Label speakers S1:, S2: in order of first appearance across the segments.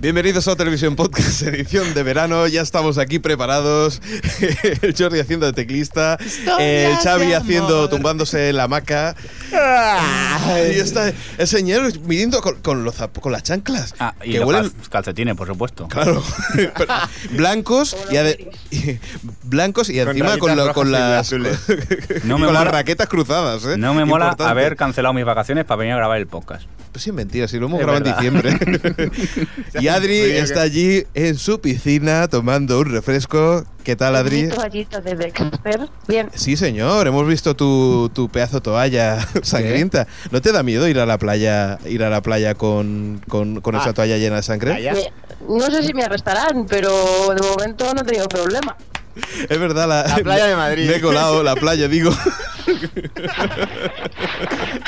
S1: Bienvenidos a Televisión Podcast, edición de verano. Ya estamos aquí preparados. El Jordi haciendo de teclista. El Xavi haciendo, tumbándose en la hamaca. Y está el señor midiendo con, con los, zap- con las chanclas.
S2: Ah, y
S1: que
S2: los
S1: huelen.
S2: cal- calcetines, por supuesto.
S1: Claro. Pero blancos y, ade- y- blancos y encima con,
S3: rayitas
S1: lo- con las
S3: rojas y
S2: No me
S1: con las
S2: mola-
S1: raquetas cruzadas, ¿eh?
S2: No me mola
S1: Importante.
S2: haber cancelado mis vacaciones para venir a grabar el podcast.
S1: Pues sí, es mentira, si lo hemos
S2: Es
S1: grabado en
S2: verdad.
S1: diciembre. y Adri
S3: Oye, que-
S1: está allí en su piscina tomando un refresco. ¿Qué tal, Adri?
S4: Bonito Gallito de Dexter. Bien,
S1: Sí, señor, hemos visto tu, tu pedazo de toalla sangrienta. ¿No te da miedo ir a la playa, ir a la playa con, con, con esa
S3: Ah,
S1: toalla llena de sangre?
S3: allá.
S4: me- no sé si me arrestarán, pero de momento no he tenido problema.
S1: Es verdad, la,
S3: La playa de Madrid.
S1: Me he colado la playa, digo.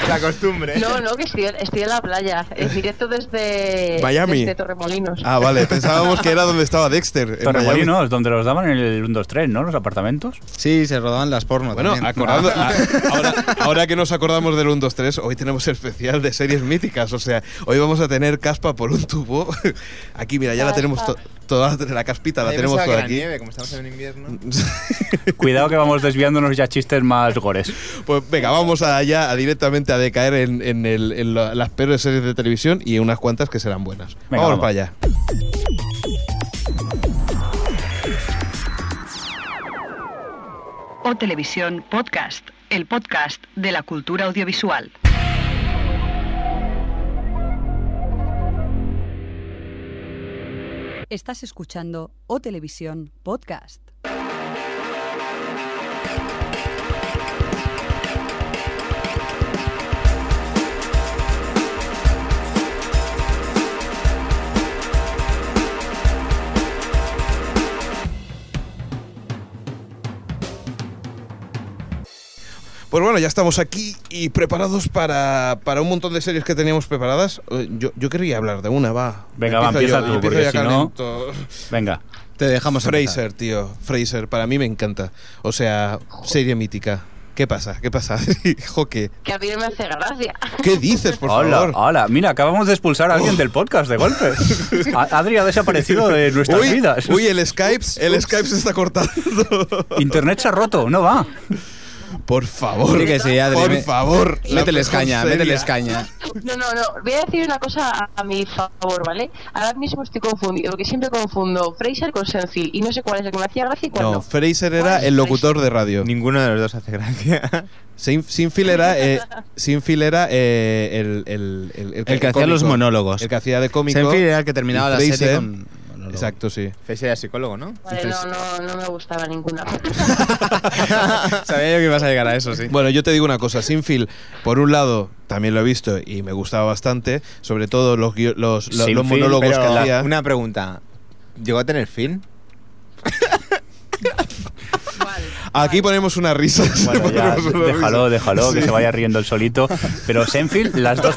S3: La
S1: Eh.
S3: costumbre.
S4: No, no, que estoy, estoy en la playa, en directo desde,
S1: Miami.
S4: desde Torremolinos.
S1: Ah, vale, pensábamos que era donde estaba Dexter. en Miami.
S2: Torremolinos, donde los daban en el 1, 2, 3, ¿no? Los apartamentos.
S5: Sí, se rodaban las pornos.
S1: Bueno,
S5: también.
S1: acordando-
S2: Ah.
S1: a- ahora, ahora que nos acordamos del 1, 2, 3, hoy tenemos el especial de series míticas. O sea, hoy vamos a tener caspa por un tubo. Aquí, mira, ya la tenemos to- toda, la
S5: Ah,
S1: caspita, la
S3: Yo
S1: tenemos
S3: pensaba que
S1: toda
S3: era
S1: aquí.
S3: nieve, como estamos en invierno.
S2: Cuidado que vamos desviándonos ya a chistes más gores.
S1: Pues venga, vamos allá a directamente a decaer en, en el- en la- las peores series de televisión y unas cuantas que serán buenas.
S2: Venga,
S1: vamos
S2: vamos.
S1: para allá.
S6: O Televisión Podcast, el podcast de la cultura audiovisual. Estás escuchando O Televisión Podcast.
S1: Pues bueno, ya estamos aquí y preparados para, para un montón de series que teníamos preparadas. Eh, Yo, yo quería hablar de una, va.
S2: Venga, va,
S1: Empiezo
S2: empieza
S1: yo,
S2: tú,
S1: empiezo
S2: porque
S1: ya
S2: si no-
S1: calento.
S2: Venga.
S5: te dejamos empezar.
S1: Fraser, tío. Fraser, para mí me encanta. O sea, serie mítica. ¿Qué pasa? ¿Qué pasa? Hijo, ¿qué?
S4: Que a mí no me hace gracia.
S1: ¿Qué dices, por
S2: hola,
S5: ah,
S1: favor?
S2: hola. Mira, acabamos de expulsar a alguien del podcast de golpe. A- Adri ha desaparecido de nuestras
S1: Uy,
S2: vidas.
S1: uy, el Skype, el Skype se está cortando.
S2: Internet se ha roto, no va.
S1: Por favor.
S5: Sí que sí, Adri,
S1: por
S5: me-
S1: favor. la
S5: Mételes
S1: mejor
S5: caña,
S1: serie.
S5: mételes caña.
S4: No, no, no. Voy a decir una cosa a, a mi favor, ¿vale? Ahora mismo estoy confundido, porque siempre confundo Fraser con Senfil y no sé cuál es el que me hacía gracia y cuál no.
S1: No, Fraser era
S4: ¿Cuál es
S1: el locutor de radio.
S3: Ninguno de los dos hace gracia.
S1: Sin, Sinfield era, eh, Sinfield era, eh, el, el- el-
S5: que hacía los monólogos.
S1: El que hacía de cómico.
S5: Seinfeld era el que terminaba
S1: y
S5: la
S1: Fraser-
S5: serie con. monólogo.
S1: Exacto, sí.
S3: Fraser era psicólogo, ¿no?
S4: Vale, no, no, no me gustaba ninguna.
S5: Sabía yo que ibas a llegar a eso, sí.
S1: Bueno, yo te digo una cosa, Sinfield, por un lado, también lo he visto y me gustaba bastante, sobre todo los, guio- los, los- los
S2: Sinfield,
S1: monólogos
S3: Pero
S1: que hacía.
S3: una pregunta. ¿Llegó a tener fin?
S1: Aquí ponemos unas risas.
S2: Bueno, ya,
S1: ponemos unas
S2: déjalo,
S1: risas.
S2: déjalo, que
S1: Sí.
S2: se vaya riendo el solito. Pero Senfield, las dos,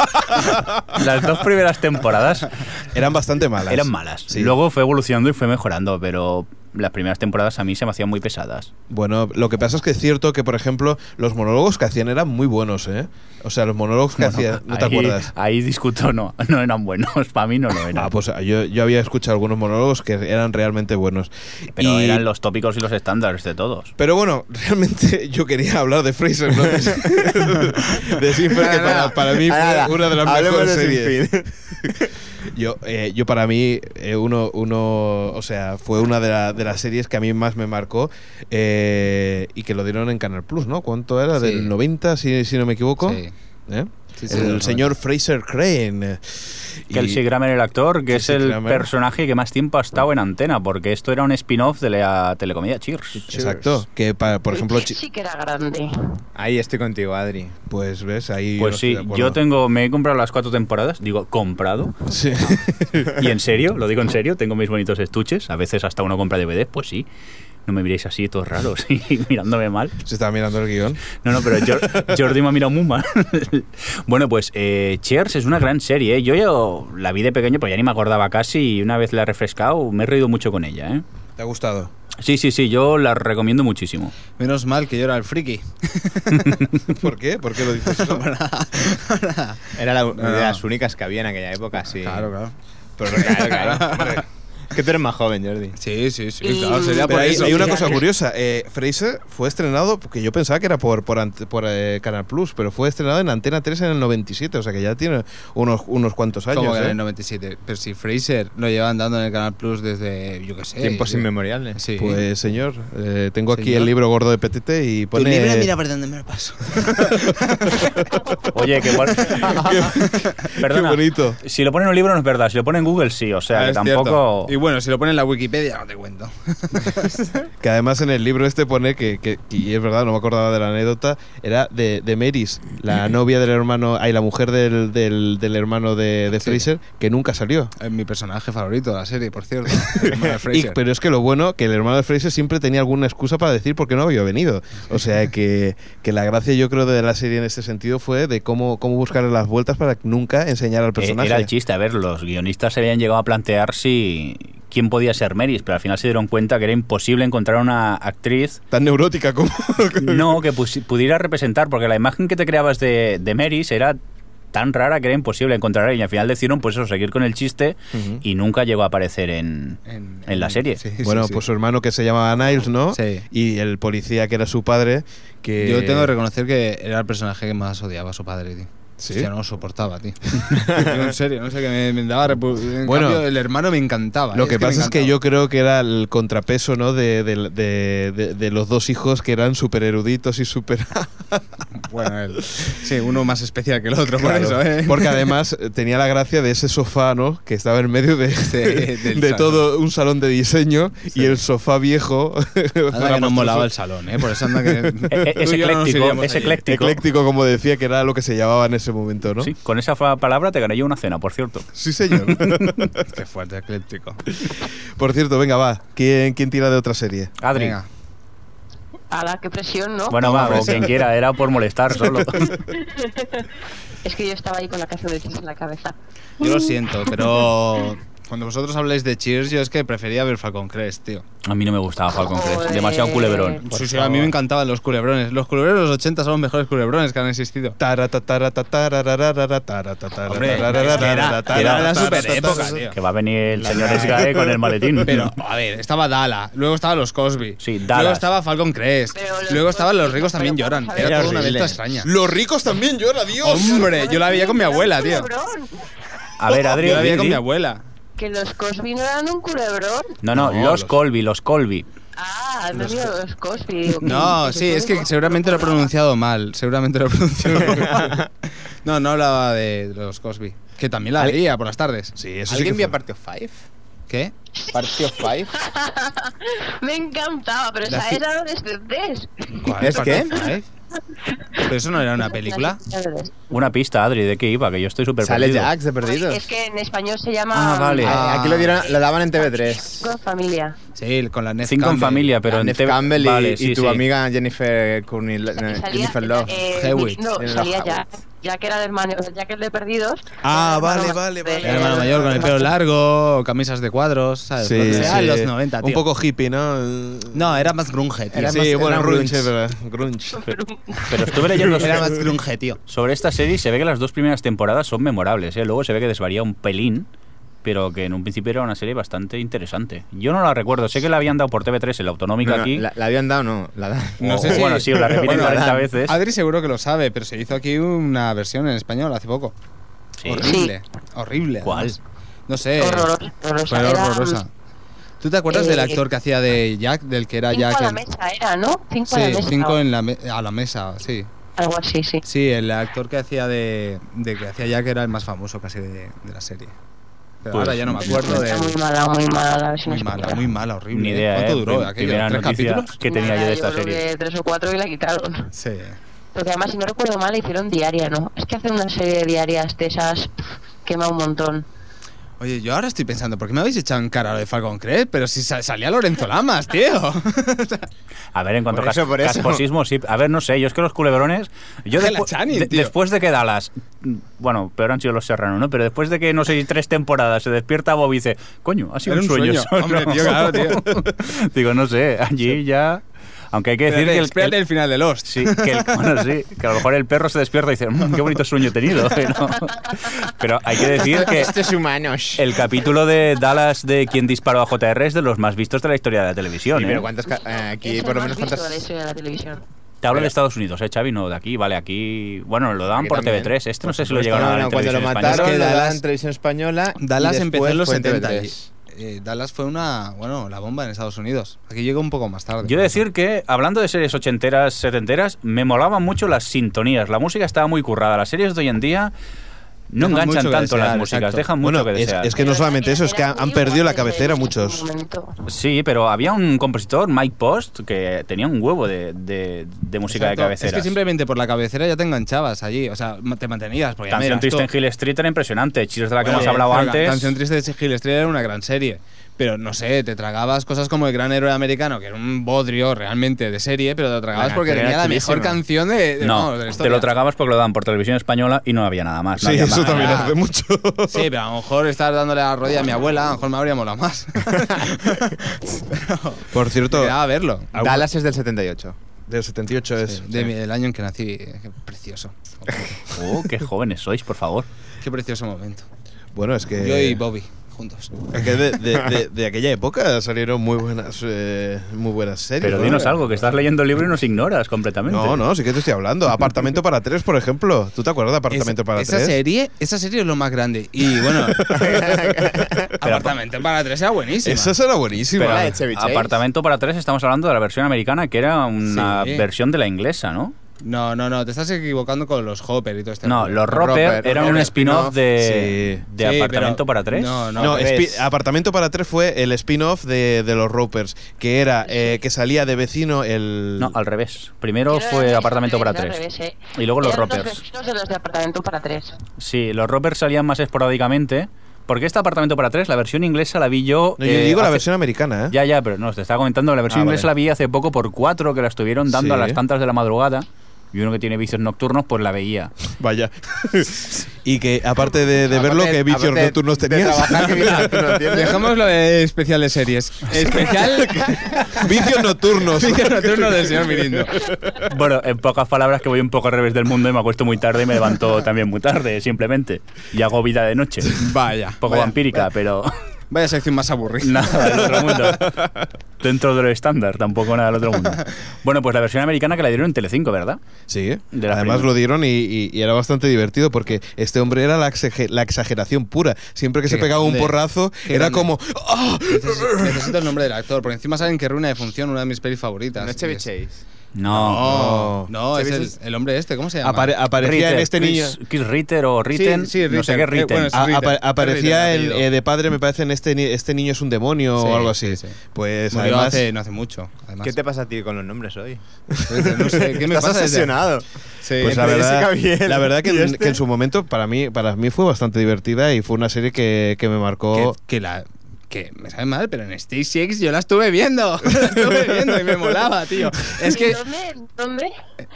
S2: las dos primeras temporadas
S1: Eran bastante malas.
S2: eran malas.
S1: Sí.
S2: Luego fue evolucionando y fue mejorando, pero las primeras temporadas a mí se me hacían muy pesadas.
S1: Bueno, lo que pasa es que es cierto que, por ejemplo, los monólogos que hacían eran muy buenos, ¿eh? O sea, los monólogos que hacían, ¿no te
S2: ahí,
S1: acuerdas?
S2: Ahí discuto, no, no eran buenos. Para mí no lo eran.
S1: Ah, pues yo, yo había escuchado algunos monólogos que eran realmente buenos.
S2: pero
S1: pues, Y-
S2: eran los tópicos y los estándares de todos.
S1: Pero bueno, realmente yo quería hablar de Fraser, ¿no? de Sinfeld, que para, para mí
S3: Nada,
S1: fue una de las
S3: hablemos
S1: mejores
S3: de
S1: series.
S3: Sin Fin.
S1: Yo, eh, yo para mí, eh, uno, uno, o sea, fue una de, la- de las series que a mí más me marcó eh, y que lo dieron en Canal Plus, ¿no? ¿Cuánto era?
S5: Sí.
S1: ¿Del 90, si, si no me equivoco?
S5: Sí.
S1: ¿Eh?
S5: Sí, sí,
S1: el
S5: del
S1: señor Fraser Crane. Y-
S2: Kelsey Grammer, el actor, que
S1: Kelsey
S2: es el
S1: Grammer.
S2: personaje que más tiempo ha estado en antena, porque esto era un spin-off de la telecomedia Cheers.
S1: Exacto, que para, por ejemplo, chi-
S4: sí que era grande.
S3: Ahí estoy contigo, Adri.
S1: pues ves, ahí...
S2: Pues
S1: no
S2: sí,
S1: estoy de
S2: yo
S1: acuerdo.
S2: tengo, me he comprado las cuatro temporadas, digo, comprado,
S1: Sí.
S2: Y en serio, lo digo en serio, tengo mis bonitos estuches, a veces hasta uno compra DVD, pues sí. no me miréis así, todos raros, y mirándome mal.
S1: Se está mirando el guión.
S2: No, no, pero Jor- Jordi me ha mirado muy mal. bueno, pues eh, Cheers es una gran serie. ¿eh? Yo ya la vi de pequeño, pues ya ni me acordaba casi, y una vez la he refrescado, me he reído mucho con ella. ¿eh?
S5: ¿Te ha gustado?
S2: Sí, sí, sí, yo la recomiendo muchísimo.
S5: Menos mal que yo era el friki.
S1: ¿Por qué? ¿Por qué lo dices eso?
S3: Era la-
S5: no.
S3: de las únicas que había en aquella época, sí.
S5: Ah. Claro, claro.
S3: Pero claro, claro. hombre. que tú eres más joven, Jordi.
S5: Sí, sí, sí,
S4: Y-
S5: claro, sería
S1: Pero
S5: por
S1: hay,
S5: eso.
S1: hay una cosa curiosa. eh, Fraser fue estrenado, porque yo pensaba que era por, por, ant- por, eh, Canal Plus, pero fue estrenado en Antena 3 en el 97, o sea que ya tiene unos, unos cuantos años.
S5: Como que en
S1: ¿eh?
S5: el 97. Pero si Fraser lo llevan dando en el Canal Plus desde, yo qué sé.
S3: Tiempos
S5: yo-
S3: inmemoriales.
S5: Sí.
S1: Pues señor, eh, tengo aquí
S5: Señor.
S1: el libro gordo de Petite y pone...
S5: por dónde me lo paso.
S2: Oye, que igual. Perdona,
S1: Qué bonito.
S2: Si lo pone en un libro no es verdad, si lo pone en Google sí, o sea, que
S5: Ah, Es
S2: tampoco.
S1: Oh.
S5: cierto. Y bueno, si lo ponen en la Wikipedia, no te cuento.
S1: Que además en el libro este pone que, que- y es verdad, no me acordaba de la anécdota, era de, de Meris, la novia del hermano, ay, la mujer del, del, del hermano de, de
S5: Sí.
S1: Fraser, que nunca salió.
S5: Es mi personaje favorito de la serie, por cierto.
S1: Y- pero es que lo bueno, que el hermano de Fraser siempre tenía alguna excusa para decir por qué no había venido. O sea que, que la gracia yo creo de la serie en este sentido fue de cómo, cómo buscar las vueltas para nunca enseñar al
S2: Eh,
S1: personaje.
S2: Era el chiste, a ver, los guionistas se habían llegado a plantear si quién podía ser Meris, pero al final se dieron cuenta que era imposible encontrar una actriz
S1: Tan neurótica como...
S2: no que pusi- pudiera representar, porque la imagen que te creabas de, de Meris era tan rara que era imposible encontrarla y al final decidieron pues eso, seguir con el chiste
S1: Ujú.
S2: y nunca llegó a aparecer en, en la serie.
S5: Sí, sí,
S1: Bueno,
S5: sí.
S1: pues su hermano que se llamaba Niles, ¿no? Eh,
S5: Sí.
S1: Y el policía que era su padre, que...
S5: Yo tengo que reconocer que era el personaje que más odiaba a su padre, tío.
S1: Sí.
S5: Hostia, no lo soportaba, tío. Yo, en serio, no sé, que me, me daba repu- En
S1: Bueno,
S5: cambio, el hermano me encantaba.
S1: Lo
S5: eh,
S1: que
S5: me
S1: pasa es que
S5: encantaba.
S1: yo creo que era el contrapeso, ¿no? De, de- de- de- de los dos hijos que eran súper eruditos y súper...
S5: Bueno, el- sí, uno más especial que el otro,
S1: Claro,
S5: por eso, ¿eh?
S1: Porque además eh, tenía la gracia de ese sofá, ¿no? Que estaba en medio de,
S5: De- del
S1: de
S5: salón.
S1: todo un salón de diseño y el sofá viejo.
S5: Anda que nos molaba el salón, ¿eh? Por eso anda que.
S2: Eh, eh, Es
S5: Tú y yo no nos
S2: ecléctico,
S5: iríamos
S2: es
S5: allí.
S2: ecléctico.
S1: Ecléctico, como decía, que era lo que se llamaba en ese momento, ¿no?
S2: Sí, con esa fa- palabra te gané yo una cena, por cierto.
S1: Sí, señor.
S5: Qué Este fuerte, ecléctico.
S1: Por cierto, venga, va. ¿Quién, quién tira de otra serie?
S2: Adri.
S5: Venga.
S4: A la que presión, ¿no?
S2: Bueno, va, o quien quiera, era por molestar solo.
S4: Es que yo estaba ahí con la canción de Kiss en la cabeza.
S5: Yo lo siento, pero. Cuando vosotros habláis de Cheers, yo es que prefería ver Falcon Crest, tío.
S2: A mí no me gustaba Falcon Crest,
S4: Joder.
S2: demasiado culebrón.
S5: Sí, sí, a mí me encantaban los culebrones. Los culebrones de los 80 son los mejores culebrones que han existido. Hombre, es que era- era la superépoca, tío.
S2: Que va a venir el señor Sky con el maletín.
S5: Pero, a ver, estaba Dala, luego estaban los Cosby,
S2: Sí,
S5: luego
S2: Dallas.
S5: estaba Falcon Crest,
S4: Pero los
S5: luego estaban los
S4: Cosby,
S5: ricos también
S4: pero
S5: lloran.
S4: vamos a
S5: Era,
S4: ver.
S5: toda una
S3: Horrible.
S5: mezcla extraña.
S1: Los ricos también lloran, Dios.
S5: Hombre, yo la veía con mi abuela, tío.
S4: Culebrón.
S2: a ver, Adri.
S5: Yo la veía
S2: di,
S5: con
S2: di.
S5: mi abuela.
S4: Que los Cosby no eran un culebrón.
S2: No, no,
S5: No,
S2: los
S5: los-
S2: Colby, los Colby.
S4: Ah, no digo los Cosby. digo que-
S5: No, sí, es que seguramente lo he pronunciado mal. Seguramente lo he pronunciado mal. No, no hablaba de los Cosby. Que también la
S3: Al-
S5: veía por las tardes.
S1: Sí, eso sí que
S3: ¿Alguien vio
S1: fue.
S3: Party of Five?
S5: ¿Qué?
S3: Party of Five.
S4: Me encantaba, pero
S5: La
S4: esa
S5: fi-
S4: era adolescentes.
S5: ¿Cuál?
S3: ¿Es qué?
S5: Five? Pero eso no era una película.
S2: Una pista, Adri, de qué iba, que yo estoy súper
S3: Sale
S2: perdido.
S3: Jax de Perdidos.
S4: Es que en español se llama.
S2: Ah, vale.
S3: Ah, Aquí lo, dieron, lo daban en TV3.
S4: Con familia.
S5: Sí, con la Nef
S2: Cinco en
S5: Campbell.
S2: familia, pero en
S3: Neve
S2: TV
S3: Campbell y,
S2: vale,
S3: y
S2: sí,
S3: tu
S2: sí.
S3: amiga Jennifer Curnil,
S4: Que salía,
S3: Jennifer Love.
S4: eh,
S5: Hewitt.
S4: No,
S3: Jennifer
S4: salía
S3: Love
S4: ya. Ya que era el hermano, ya que el de perdidos.
S1: Ah,
S4: Era el hermano
S1: vale,
S4: ma-
S1: vale,
S4: de-
S1: vale.
S5: El hermano mayor con el pelo largo, camisas de cuadros, ¿sabes?
S1: Sí,
S5: Lo que sea,
S1: sí.
S5: en los 90, tío.
S1: Un poco hippie, ¿no?
S5: No, era más grunge, tío.
S3: Era
S1: sí,
S3: más-
S1: bueno,
S3: era
S1: grunge,
S3: grunge.
S1: es verdad. Grunge.
S2: Pero estuve leyendo
S5: Era más grunge, tío.
S2: sobre esta serie y se ve que las dos primeras temporadas son memorables. ¿eh? Luego se ve que desvaría un pelín, pero que en un principio era una serie bastante interesante. Yo no la recuerdo, sé que la habían dado por TV3 en la autonómica
S3: No, no,
S2: aquí.
S3: la, la habían dado, no. La dan.
S2: No sé si- bueno, sí, la repiten 40 veces.
S5: Adri seguro que lo sabe, pero se hizo aquí una versión en español hace poco.
S2: Sí.
S5: Horrible. Horrible.
S2: ¿Cuál?
S5: además. No sé.
S4: Horrorosa, horrorosa.
S5: Fue
S4: Era,
S5: horrorosa. ¿Tú te acuerdas del
S4: eh,
S5: actor que hacía de Jack, del que era
S4: Cinco
S5: Jack?
S4: a la
S5: el-
S4: mesa era, ¿no? Cinco a la
S5: Sí,
S4: mesa.
S5: cinco
S4: o
S5: en la me- a la mesa, sí.
S4: Algo así, sí.
S5: Sí, el actor que hacía de, de que hacía Jack era el más famoso casi de, de la serie. Pero
S2: Pues,
S5: ahora ya no me acuerdo de
S4: Está muy mala, muy mala la versión
S5: muy mala,
S4: española.
S5: muy mala, horrible.
S2: Ni
S5: ¿eh?
S2: idea,
S5: ¿Cuánto
S2: ¿eh?
S5: duró
S2: Prim-
S5: aquello?
S2: primera
S5: ¿Tres
S2: noticia
S5: capítulos?
S2: que tenía
S4: Nada,
S2: yo de esta
S4: creo
S2: serie.
S4: que tres o cuatro y la quitaron.
S5: Sí.
S4: Porque además, si no recuerdo mal, la hicieron diaria, ¿no? Es que hacen una serie de diarias de esas pff, quema un montón.
S5: Oye, yo ahora estoy pensando, ¿por qué me habéis echado en cara lo de Falcon Crest? Pero si sa- salía Lorenzo Lamas, tío.
S2: A ver, en cuanto
S3: Por
S2: a
S3: eso, por eso.
S2: casposismo, sí. A ver, no sé, yo es que los culebrones. Yo
S5: Ángela
S2: despu-
S5: Channing,
S2: de-
S5: tío.
S2: después de que Dallas. Bueno, peor han sido los serranos, ¿no? Pero después de que, no sé, tres temporadas se despierta Bob y dice, coño, ha sido
S5: Era
S2: un
S5: un
S2: sueño.
S5: sueño.
S2: solo".
S5: Hombre, tío, claro, tío.
S2: Digo, no sé, allí ya. Aunque hay que decir
S5: Espérate,
S2: que el.
S5: espérate
S2: el-
S5: el final de Lost.
S2: Sí, que, el- bueno, sí, que a lo mejor el perro se despierta y dice, "Mm, qué bonito sueño he tenido. ¿no? Pero hay que decir que
S5: Este
S3: Estos humanos.
S2: el capítulo de Dallas de quien disparó a JR es de los más vistos de la historia de la televisión.
S3: Sí, pero
S2: ¿eh?
S3: ¿cuántas ca- eh, aquí
S4: Es el
S3: por lo menos
S4: más visto de la
S3: cuántas
S4: historia de la televisión.
S2: Te hablo de Estados Unidos, eh, Xavi, no de aquí, vale, aquí... Bueno, lo dan
S3: Aquí
S2: por
S3: también.
S2: TV3, este no sé si lo
S3: Pues
S2: llegaron
S3: cuando-
S2: a dar en
S3: cuando lo
S2: televisión española.
S3: mataron
S5: Es que
S3: lo
S5: Dallas-
S3: dan en televisión española y
S5: Dallas empezó
S3: después
S5: en los
S3: fue
S5: 70. y,
S3: TV3.
S5: eh, Dallas fue una, bueno, la bomba en Estados Unidos. Aquí llegó un poco más tarde.
S2: Yo he de decir que, hablando de series ochenteras, setenteras, me molaban mucho las sintonías, la música estaba muy currada, las series de hoy en día no
S5: Dejan mucho
S2: enganchan
S5: que
S2: tanto las
S5: desear,
S2: músicas,
S5: exacto.
S2: dejan mucho
S1: Bueno,
S2: que
S1: es,
S2: desear.
S1: es que no
S4: Pero
S1: solamente
S4: era-
S1: eso, es que
S4: era
S1: han,
S4: muy
S1: han perdido la
S4: guapo ese
S1: cabecera
S4: en
S1: muchos.
S4: su momento.
S2: Sí, pero había un compositor, Mike Post, que tenía un huevo de, de- de música
S5: Exacto.
S2: de cabecera.
S5: Es que simplemente por la cabecera ya te enganchabas allí. O sea, ma- te mantenías. Porque ya me
S2: Canción
S5: dirás tú,
S2: triste en Hill Street era impresionante, Cheers de la que
S5: Bueno,
S2: hemos hablado
S5: claro,
S2: antes.
S5: Canción triste de Hill Street era una gran serie. Pero no sé, te tragabas cosas como El Gran Héroe Americano, que era un bodrio realmente de serie, pero te lo tragabas
S3: La
S5: porque
S3: canción
S5: tenía
S3: era
S5: la mejor
S3: chulísima.
S5: canción de, de-
S2: No,
S5: vamos, de la
S2: te
S5: historia.
S2: lo tragabas porque lo daban por televisión española y no había nada más. no
S1: Sí,
S2: había
S1: eso
S2: más.
S1: también
S5: nada.
S1: hace mucho.
S5: Sí, pero a lo mejor estar dándole la rodilla a mi abuela, a lo mejor me habría molado más.
S1: Por cierto,
S5: Quedaba verlo.
S3: Dallas es del 78.
S1: del 78 es.
S5: Ah, Pues, De mi- del año en que nací. eh, Qué precioso.
S2: Oh, qué jóvenes sois, por favor.
S5: Qué precioso momento. Eh,
S1: Bueno, es que.
S5: Yo y Bobby, juntos.
S1: es que de, de- de- de aquella época salieron muy buenas, eh, muy buenas series.
S2: Pero
S1: ¿no?
S2: dinos algo, que estás leyendo el libro y nos ignoras completamente.
S1: No, no, sí que te estoy hablando. Apartamento para tres, por ejemplo. ¿Tú te acuerdas de Apartamento
S5: Esa-
S1: para
S5: esa
S1: tres?
S5: Serie, esa serie es lo más grande. Y bueno, Apartamento para tres era buenísimo.
S1: Esa será buenísima.
S2: Pero,
S3: la de Chevy Chase.
S2: apartamento para tres, estamos hablando de la versión americana, que era una
S5: Sí.
S2: versión de la inglesa, ¿no?
S5: No, no, no, te estás equivocando con los Hopper y todo este
S2: No,
S5: rollo.
S2: los Roper,
S3: Roper,
S2: era
S3: Roper,
S2: un spin-off
S3: spin-off.
S2: de,
S1: Sí.
S2: de
S5: Sí,
S2: apartamento
S5: pero-
S2: para tres.
S5: No, no.
S1: No,
S3: al revés.
S1: espi- Apartamento para tres fue el spin-off de, de los Ropers, que era eh, que salía de vecino el.
S2: No, al revés. Primero
S4: Era
S2: fue
S4: al
S2: apartamento para
S4: revés, era
S2: tres.
S4: al revés, eh.
S2: Y luego los
S4: Eran
S2: Ropers.
S4: vecinos de los de apartamento para tres.
S2: Sí, los Ropers salían más esporádicamente. Porque este apartamento para tres, la versión inglesa la vi yo.
S1: No, yo
S2: eh,
S1: digo la
S2: hace-
S1: versión americana, ¿eh?
S2: Ya, ya, pero no, te estaba comentando, la versión
S1: Ah,
S2: inglesa la
S1: vale.
S2: vi hace poco por cuatro que la estuvieron dando a
S1: Sí.
S2: las tantas de la madrugada. Y uno que tiene vicios nocturnos, pues la veía.
S1: Vaya. y que aparte de, de
S3: Aparte-
S1: verlo, que vicios
S3: aparte de-
S1: nocturnos
S3: de
S1: tenías.
S3: trabajar, ¿qué vicios nocturnos tienes?
S5: Dejamos lo de especial de series. Especial
S1: vicios nocturnos.
S5: Vicio nocturno del señor Mirindo.
S2: Bueno, en pocas palabras, que voy un poco al revés del mundo y me acuesto muy tarde y me levanto también muy tarde, simplemente. Y hago vida de noche. Un
S5: Vaya.
S2: poco
S5: vaya,
S2: vampírica, pero
S5: Vaya sección más aburrida.
S2: nada del otro mundo. Dentro de lo estándar, tampoco nada del otro mundo. Bueno, pues la versión americana que la dieron en Telecinco, ¿verdad?
S1: Sí,
S2: De la
S1: además
S2: primera.
S1: lo dieron y, y- y era bastante divertido porque este hombre era la, exage- la exageración pura. Siempre que se
S5: Qué
S1: pegaba un
S5: grande,
S1: porrazo,
S5: qué
S1: era
S5: grande.
S1: como. ¡Ah!
S5: Necesi- Necesito el nombre del actor, porque encima saben que Ruina de Función, una de mis pelis favoritas.
S3: No es Chevy
S5: Y es-
S3: Chase.
S2: No.
S5: No,
S1: No.
S5: no, es
S3: Chevy
S5: el, el hombre este, ¿cómo se llama?
S1: Apare- aparecía en
S2: Ritter,
S1: este niño.
S2: Chris, Chris Ritter o Ritten,
S5: sí,
S2: no sé
S5: Ritter.
S2: qué
S5: Eh,
S2: Ritten.
S5: bueno, es-
S1: A-
S5: Ritter,
S1: apa-
S5: es
S1: aparecía
S5: Ritter,
S1: el,
S5: apellido.
S1: eh, de padre, me parece, en este, ni- este niño es un demonio
S5: Sí,
S1: o algo así.
S5: sí, sí.
S1: Pues
S5: Murió
S1: además.
S5: hace- no hace mucho. Además.
S3: ¿Qué te pasa a ti con los nombres hoy?
S5: No sé, ¿qué me
S3: Estás
S5: pasa? desde-
S3: obsesionado.
S5: Sí.
S1: Pues la
S3: Entre
S1: verdad,
S3: Jessica Biel
S1: la verdad que,
S3: y
S1: en-
S3: este.
S1: que en su momento para mí, para mí fue bastante divertida y fue una serie que, que me
S5: que,
S1: marcó.
S5: que la que me sabe mal, pero en Stage 6 yo la estuve viendo. La estuve viendo y me molaba, tío. Es que
S4: ¿Dónde? ¿Dónde?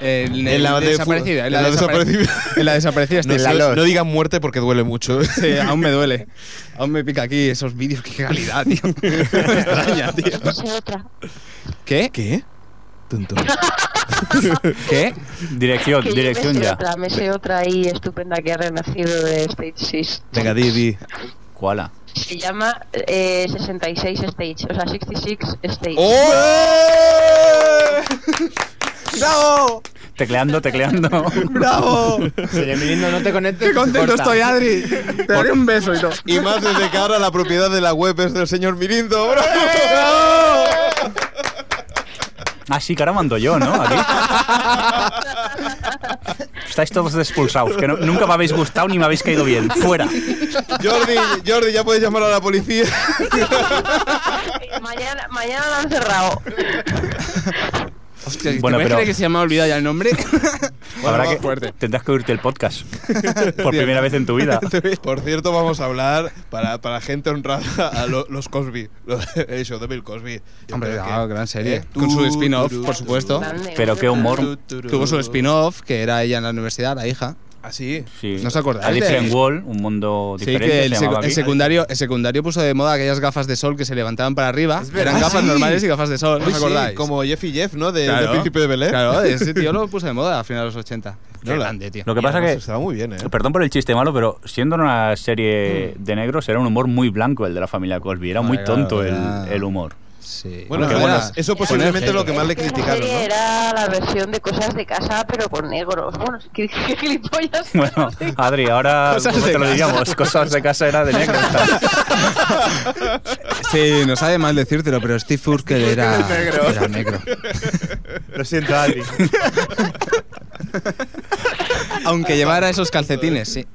S5: en,
S1: En la de-
S5: desaparecida, en la,
S1: en la
S5: desapare-
S1: desaparecida.
S5: en la desaparecida
S1: No,
S5: Stage
S1: no-
S5: Six.
S1: no digan muerte porque duele mucho.
S5: Sí, aún me duele. Aún me pica aquí esos vídeos, qué calidad, tío. Me extraña, tío.
S4: No sé otra.
S5: ¿Qué?
S1: ¿Qué? Tonto.
S5: ¿Qué?
S2: Ah, Dirección,
S4: Que yo
S2: dirección
S4: me sé
S2: ya.
S4: Otra, me sé otra ahí estupenda que ha renacido de Stage 6.
S1: Venga, di, di.
S2: ¿Cuál?
S4: Se llama eh, 66 Stage, o sea, 66 Stage.
S1: ¡Oh!
S5: ¡Bravo!
S2: Tecleando, tecleando.
S5: ¡Bravo!
S3: Señor Mirindo, no te conectes.
S5: ¡Qué contento
S3: corta.
S5: estoy, Adri! Te daré un beso y todo.
S1: Y más desde que ahora la propiedad de la web es del señor Mirindo. ¡Bravo!
S2: Ah, sí, que ahora mando yo, ¿no? Aquí. Estáis todos expulsados, que no- nunca me habéis gustado ni me habéis caído bien. Fuera.
S1: Jordi, Jordi, ya puedes llamar a la policía.
S4: mañana, mañana lo han cerrado.
S5: Hostia, ¿te
S2: Bueno,
S5: imaginas
S2: pero-
S5: que se me ha olvidado ya el nombre?
S2: Habrá
S5: vamos
S2: que,
S5: fuerte.
S2: Tendrás que oírte el podcast. Por primera vez en tu vida.
S1: Por cierto, vamos a hablar para, para gente honrada a lo- los Cosby. Lo- El show de Bill Cosby. Yo
S5: Hombre,
S1: creo que-
S5: ah, gran serie.
S1: Eh,
S5: Con su spin-off,
S1: tururú,
S5: por supuesto.
S4: Grande, ¿eh?
S2: Pero qué humor.
S1: tururú, tururú.
S5: Tuvo su spin-off, que era ella en la universidad, la hija.
S1: Así.
S2: Sí.
S5: ¿No os acordáis
S2: A Different
S5: de-
S2: Wall, un mundo
S5: Sí,
S2: diferente.
S5: que el,
S2: se
S5: secu-
S2: llamaba
S5: el
S2: aquí.
S5: secundario, el secundario puso de moda aquellas gafas de sol que se levantaban para arriba.
S1: Es verdad.
S5: Eran gafas
S1: Sí.
S5: normales y gafas de sol, ¿no
S1: Uy,
S5: os
S1: sí,
S5: acordáis?
S1: como Jeff y Jeff, ¿no? De,
S5: Claro.
S1: de Príncipe de Belén.
S5: Claro, ese tío lo puso de moda a finales de los 80.
S1: No,
S5: Qué
S1: la-
S5: grande, tío.
S2: Lo que pasa que,
S1: Estaba muy bien, ¿eh?
S2: perdón por el chiste malo, pero siendo una serie
S5: Mm.
S2: de negros, era un humor muy blanco el de la familia Cosby. Era muy
S5: Hombre, claro,
S2: tonto el,
S5: era-
S2: el humor.
S5: Sí.
S1: Bueno,
S2: Aunque
S1: era-
S2: bueno,
S1: eso
S4: Era-
S1: posiblemente es
S5: era-
S1: lo que más le
S4: Es que esa
S1: criticaron,
S4: serie
S1: ¿no?
S4: Era la versión de cosas de casa, pero con negros. Bueno, qué, qué gilipollas.
S2: Bueno, Adri, ahora
S5: Cosas
S2: ¿cómo
S5: de
S2: te lo
S5: casa.
S2: diríamos, cosas de casa era de negros.
S5: Sí, no sabe mal decírtelo, pero Steve Urkel era
S3: es negro.
S5: era negro.
S3: Lo siento, Adri.
S5: Aunque llevara esos calcetines, sí.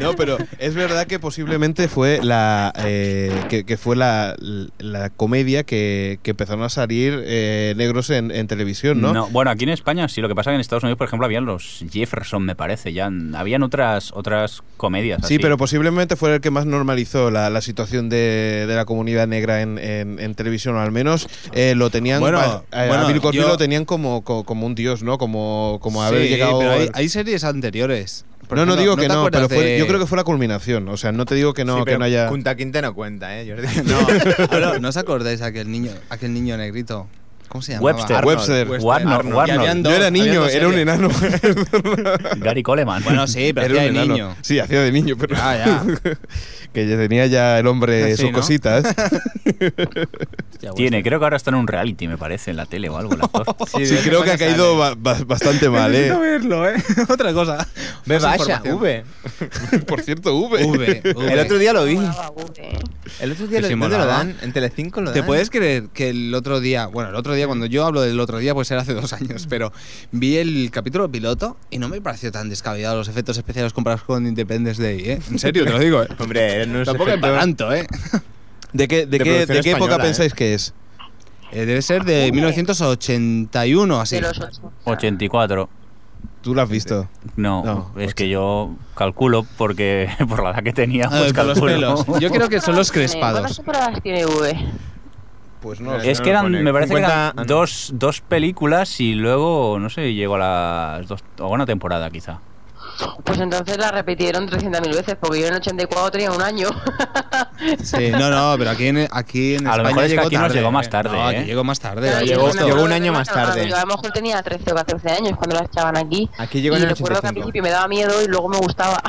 S1: No, pero es verdad que posiblemente fue la eh, que, que fue la, la comedia que, que empezaron a salir eh, negros en, en televisión, ¿no?
S2: No, bueno, aquí en España sí, lo que pasa que en Estados Unidos, por ejemplo, habían los Jefferson, me parece, ya n- habían otras otras comedias.
S1: Sí,
S2: así.
S1: pero posiblemente fue el que más normalizó la, la situación de, de la comunidad negra en, en- en televisión, o al menos eh, lo tenían.
S5: Bueno,
S1: pa- a, a
S5: bueno,
S1: Bill Cosby
S5: yo-
S1: lo tenían como, co- como, un dios, ¿no? Como, como haber
S5: Sí,
S1: llegado.
S5: pero hay,
S1: al-
S5: hay series anteriores. Por
S1: no, no
S5: ejemplo,
S1: digo
S5: te
S1: que no, pero
S5: acuerdas
S1: fue-
S5: de-
S1: yo creo que fue la culminación. O sea, no te digo que no,
S3: Sí,
S1: que
S3: pero
S1: no haya.
S3: Junta Quinta no cuenta, ¿eh, Jordi?
S5: No, hablo- ¿no os acordáis aquel niño, aquel niño negrito? ¿Cómo se llamaba?
S2: Webster.
S5: Arnold.
S1: Webster.
S2: Warner,
S5: Arnold.
S2: Warner.
S5: Y habían
S1: No
S5: dos-
S1: era
S5: habían
S1: niño,
S5: dos
S1: era un
S5: series.
S1: enano.
S2: Gary Coleman.
S5: Bueno, sí, pero era
S1: enano.
S5: niño.
S1: Sí, hacía de niño, pero.
S5: Ah, ya.
S1: que ya tenía ya el hombre
S5: Sí,
S1: sus
S5: ¿no?
S1: cositas.
S2: Tiene, creo que ahora está en un reality, me parece, en la tele o algo. el actor.
S1: Sí, creo que ha caído ba- ba- bastante mal,
S5: Necesito
S1: ¿eh?
S5: verlo, ¿eh? Otra cosa.
S3: Ve,
S5: Más
S3: vaya,
S5: información.
S3: V.
S1: Por cierto, V.
S5: V, V.
S3: El otro día lo vi.
S4: Molaba, güey.
S3: El otro día
S5: Que
S3: lo,
S5: sí
S3: ¿dónde lo
S5: molaba.
S3: dan? En Telecinco lo dan.
S2: ¿eh?
S5: ¿Te puedes creer que el otro día, bueno, el otro día, cuando yo hablo del otro día, pues era hace dos
S2: Mm.
S5: años, pero vi el capítulo piloto y no me pareció tan descabellado los efectos especiales comparados con Independence Day, ¿eh? En serio, te lo digo, ¿eh?
S3: Hombre, no es
S5: Tampoco es para tanto, ¿eh?
S1: ¿De qué, de
S3: De
S1: qué- de
S3: producción
S1: qué época
S3: española, ¿eh?
S1: pensáis que es?
S5: Eh, Debe ser de 1981, así.
S4: De los 80.
S2: 84.
S1: Tú lo has visto.
S2: No,
S1: No,
S2: es que yo calculo porque por la edad que tenía,
S5: Ah,
S2: pues
S5: por los
S2: calculo.
S5: pelos. Yo creo que son los
S4: ¿Cuántas
S5: crespados.
S4: temporadas tiene V?
S1: Pues no.
S2: Es
S3: No
S2: que
S3: lo
S2: eran,
S3: pone. ah,
S2: me parece que eran
S1: ah,
S3: 50
S2: dos, dos películas y luego, no sé, llegó a las dos, a una temporada quizá.
S4: Pues entonces la repitieron 300.000 veces, porque yo en 84 tenía un año.
S5: Sí, no, no, pero aquí en, aquí en
S2: A lo
S5: España
S2: mejor es que
S5: llegó
S2: aquí nos
S5: tarde.
S2: llegó más tarde,
S5: No, aquí
S2: ¿eh?
S5: llegó más tarde.
S4: Claro,
S5: aquí
S3: llegó-
S4: yo
S5: más
S4: no me
S5: tarde.
S3: llegó un
S4: acuerdo
S3: año
S4: de
S3: más
S4: nada,
S3: tarde.
S4: Yo a lo mejor tenía 13 o 14 años cuando la echaban aquí.
S3: Aquí llegó
S4: y
S3: en el
S4: recuerdo que
S3: 85.
S4: al principio me daba miedo y luego me gustaba.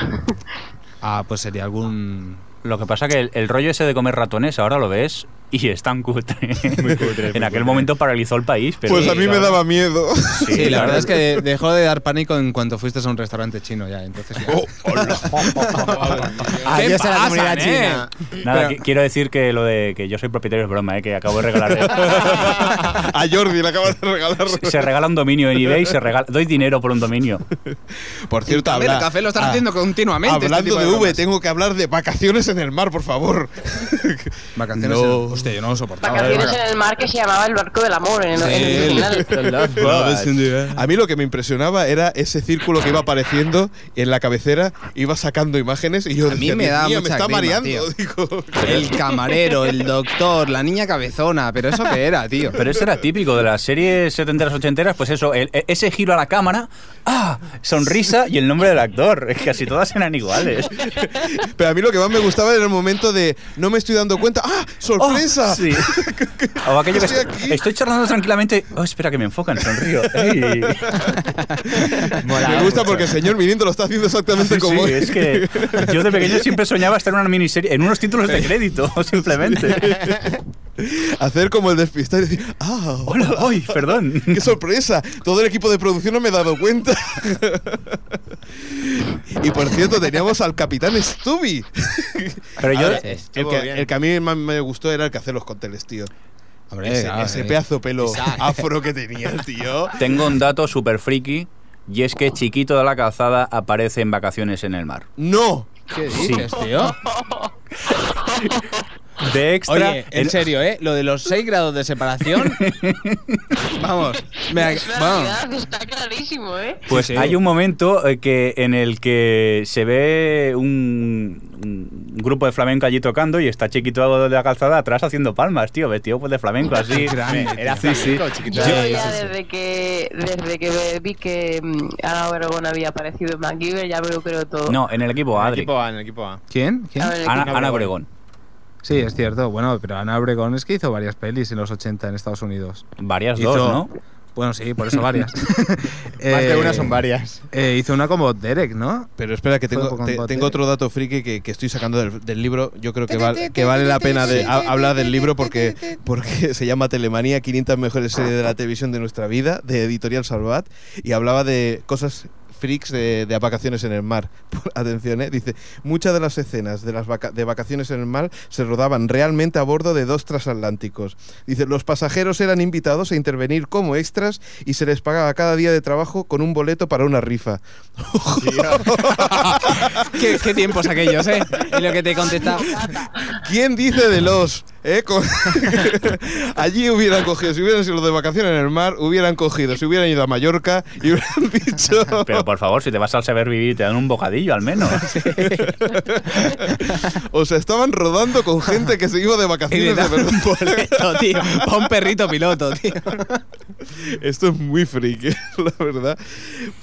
S5: Ah, pues sería algún...
S2: Lo que pasa que el, el rollo ese de comer ratones ahora lo ves y es tan cutre.
S3: cutre,
S2: en
S3: muy
S2: aquel
S3: cutre.
S2: momento paralizó el país. Pero
S1: pues a mí me daba miedo.
S5: Sí, la verdad es que dejó de dar pánico en cuanto fuiste a un restaurante chino ya, entonces ya.
S3: Adiós a Ah, la
S5: eh?
S3: comunidad china.
S2: Nada,
S5: Pero-
S2: qui- quiero decir que lo de que yo soy propietario es broma, ¿eh? que acabo de regalar.
S1: a Jordi le acabas de regalar.
S2: se, se regala un dominio en eBay, se regala, doy dinero por un dominio.
S1: Por cierto,
S5: A ver,
S1: habla-
S5: el café lo estás
S1: ah,
S5: haciendo continuamente. este
S1: Hablando
S5: tipo
S1: de V,
S5: bromas.
S1: tengo que hablar de vacaciones en el mar, por favor.
S5: Vacaciones.
S1: No.
S5: en- Hostia, yo no lo soportaba.
S4: Vacaciones en el mar que se llamaba el barco del amor en el, en el original.
S1: A mí lo que me impresionaba era ese círculo que iba apareciendo en la cabecera, iba sacando imágenes y yo
S5: A mí
S1: decía,
S5: me
S1: "Dios
S5: da
S1: mío, me
S5: mucha
S1: está
S5: grima,
S1: mareando.
S5: tío.
S1: Digo,
S5: El camarero, el doctor, la niña cabezona, pero eso qué era, tío.
S2: Pero eso era típico de las series setenteras, ochenteras, pues eso, el- e- ese giro a la cámara, ¡ah! Sonrisa y el nombre del actor. Casi todas eran iguales.
S1: Pero a mí lo que más me gustaba era el momento de no me estoy dando cuenta. ¡Ah! ¡Sorpresa!
S2: Oh, sí. O aquello que
S1: Estoy
S2: est-
S1: aquí.
S2: estoy, charlando tranquilamente. Oh, espera que me enfocan, sonrío. Ey.
S1: me gusta porque el señor Mirindo lo está haciendo exactamente
S2: Sí,
S1: como
S2: sí,
S1: él.
S2: es que yo de pequeño siempre soñaba estar en una miniserie, en unos títulos de crédito, simplemente.
S1: Hacer como el despistado y decir, ¡ah!
S2: Hola, hoy, perdón.
S1: ¡Qué sorpresa! Todo el equipo de producción no me ha dado cuenta. y por cierto, teníamos al capitán Ah, Stubby.
S2: Pero yo,
S1: Ahora, el,
S3: estuvo
S1: que,
S3: bien.
S1: el que a mí más me gustó era el que hace los cócteles, tío.
S5: Hombre,
S1: ese,
S5: claro,
S1: ese
S5: sí.
S1: pedazo de pelo
S5: Exacto.
S1: afro que tenía el tío.
S2: Tengo un dato súper friki y es que Chiquito de la Calzada aparece en vacaciones en el mar.
S1: ¡No!
S5: ¿Qué dices, tío?
S2: de extra.
S5: Oye, en serio, ¿eh? Lo de los 6 grados de separación. vamos, mira,
S4: Es una
S5: vamos.
S4: realidad, está clarísimo, ¿eh?
S2: Pues
S5: Sí, sí.
S2: hay un momento eh, que en el que se ve un, un grupo de flamenco allí tocando y está chiquito de la calzada atrás haciendo palmas, tío, vestido pues de flamenco así.
S5: Grande,
S2: Era
S5: tío.
S2: sí, sí.
S4: Yo
S3: chiquita.
S4: ya desde que desde que ve- vi que mm, Ana Obregón había aparecido en MacGyver ya me lo creo todo.
S2: No, en el equipo
S3: En el
S2: Adri.
S3: equipo A, en el equipo A.
S5: ¿Quién? ¿Quién?
S4: A ver,
S2: Ana,
S3: Ana
S2: Ana
S3: Obregón.
S2: Obregón.
S5: Sí, es cierto. Bueno, pero Ana Obregón es que hizo varias pelis en los 80 en Estados Unidos.
S2: Varias
S5: Hizo-
S2: dos, ¿no?
S5: Bueno, sí, por eso varias.
S3: Más de
S5: Eh,
S3: una son varias.
S5: eh, hizo una como Derek, ¿no?
S1: Pero espera, que
S5: Fue
S1: tengo,
S5: Pokémon
S1: te-
S5: Bat,
S1: tengo
S5: eh.
S1: otro dato friki que, que estoy sacando del, del libro. Yo creo que, val- que vale la pena de, a- hablar del libro porque, porque se llama Telemanía, 500 mejores series de la televisión de nuestra vida, de Editorial Salvat, y hablaba de cosas freaks de, de vacaciones en el mar. Atención, eh, dice, muchas de las escenas de las vaca- de vacaciones en el mar se rodaban realmente a bordo de dos transatlánticos. Dice, los pasajeros eran invitados a intervenir como extras y se les pagaba cada día de trabajo con un boleto para una rifa.
S5: ¿Qué, qué tiempos aquellos, ¿eh? Y lo que te contesta.
S1: ¿Quién dice de los? eh? Co- Allí hubieran cogido, si hubieran sido los de vacaciones en el mar, hubieran cogido, si hubieran ido a Mallorca y hubieran dicho.
S2: Pero por favor, si te vas al saber vivir, te dan un bocadillo al menos.
S1: O sea, estaban rodando con gente que se iba de vacaciones de verdad.
S5: boleto, tío. Pa' un perrito piloto, tío.
S1: Esto es muy friki, la verdad.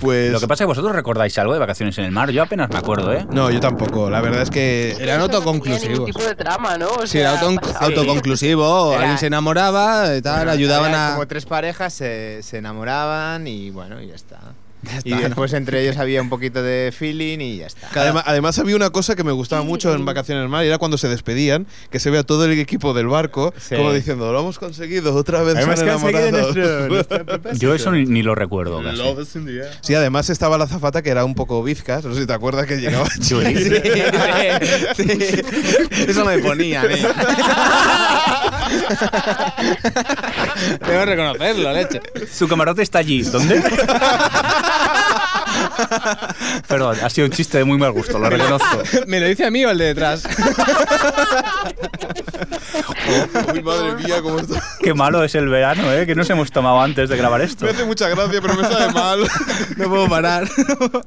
S1: Pues.
S2: Lo que pasa es que vosotros recordáis algo de vacaciones en el mar. Yo apenas me acuerdo, ¿eh?
S1: no, yo tampoco. La verdad es que.
S4: eso
S5: Eran
S4: no tenía
S5: autoconclusivos.
S4: ningún tipo de trama, ¿no? O
S5: Sí, era
S4: sea,
S5: auto-
S4: pasaba.
S5: autoconclusivo.
S3: Era-
S5: Alguien se enamoraba, eh, tal,
S3: Bueno,
S5: ayudaban
S3: había
S5: a.
S3: Como tres parejas se, se enamoraban y bueno, y ya está.
S5: está,
S3: Y
S5: ¿no?
S3: después entre ellos había un poquito de feeling y ya está.
S1: que además, además había una cosa que me gustaba mucho en Vacaciones en el Mar, y era cuando se despedían, que se vea todo el equipo del barco,
S3: Sí.
S1: como diciendo, lo hemos conseguido, otra vez
S3: Hemos
S1: se han
S3: conseguido
S1: enamorado".
S3: nuestro- nuestro propósito.
S2: Yo eso ni, ni lo recuerdo. casi.
S1: Sí, además estaba la zafata que era un poco bizcas, no sé si te acuerdas que llegaba
S5: Sí, sí. Eso me ponía, ¿eh? Debo reconocerlo, leche.
S2: Su camarote está allí. ¿Dónde? Perdón, ha sido un chiste de muy mal gusto, lo reconozco.
S5: Me lo dice a mí o el de detrás.
S1: Uy, madre mía, cómo está.
S2: Qué malo es el verano, ¿eh? Que nos hemos tomado antes de grabar esto.
S1: Me hace mucha gracia, pero me sabe mal.
S5: No puedo parar.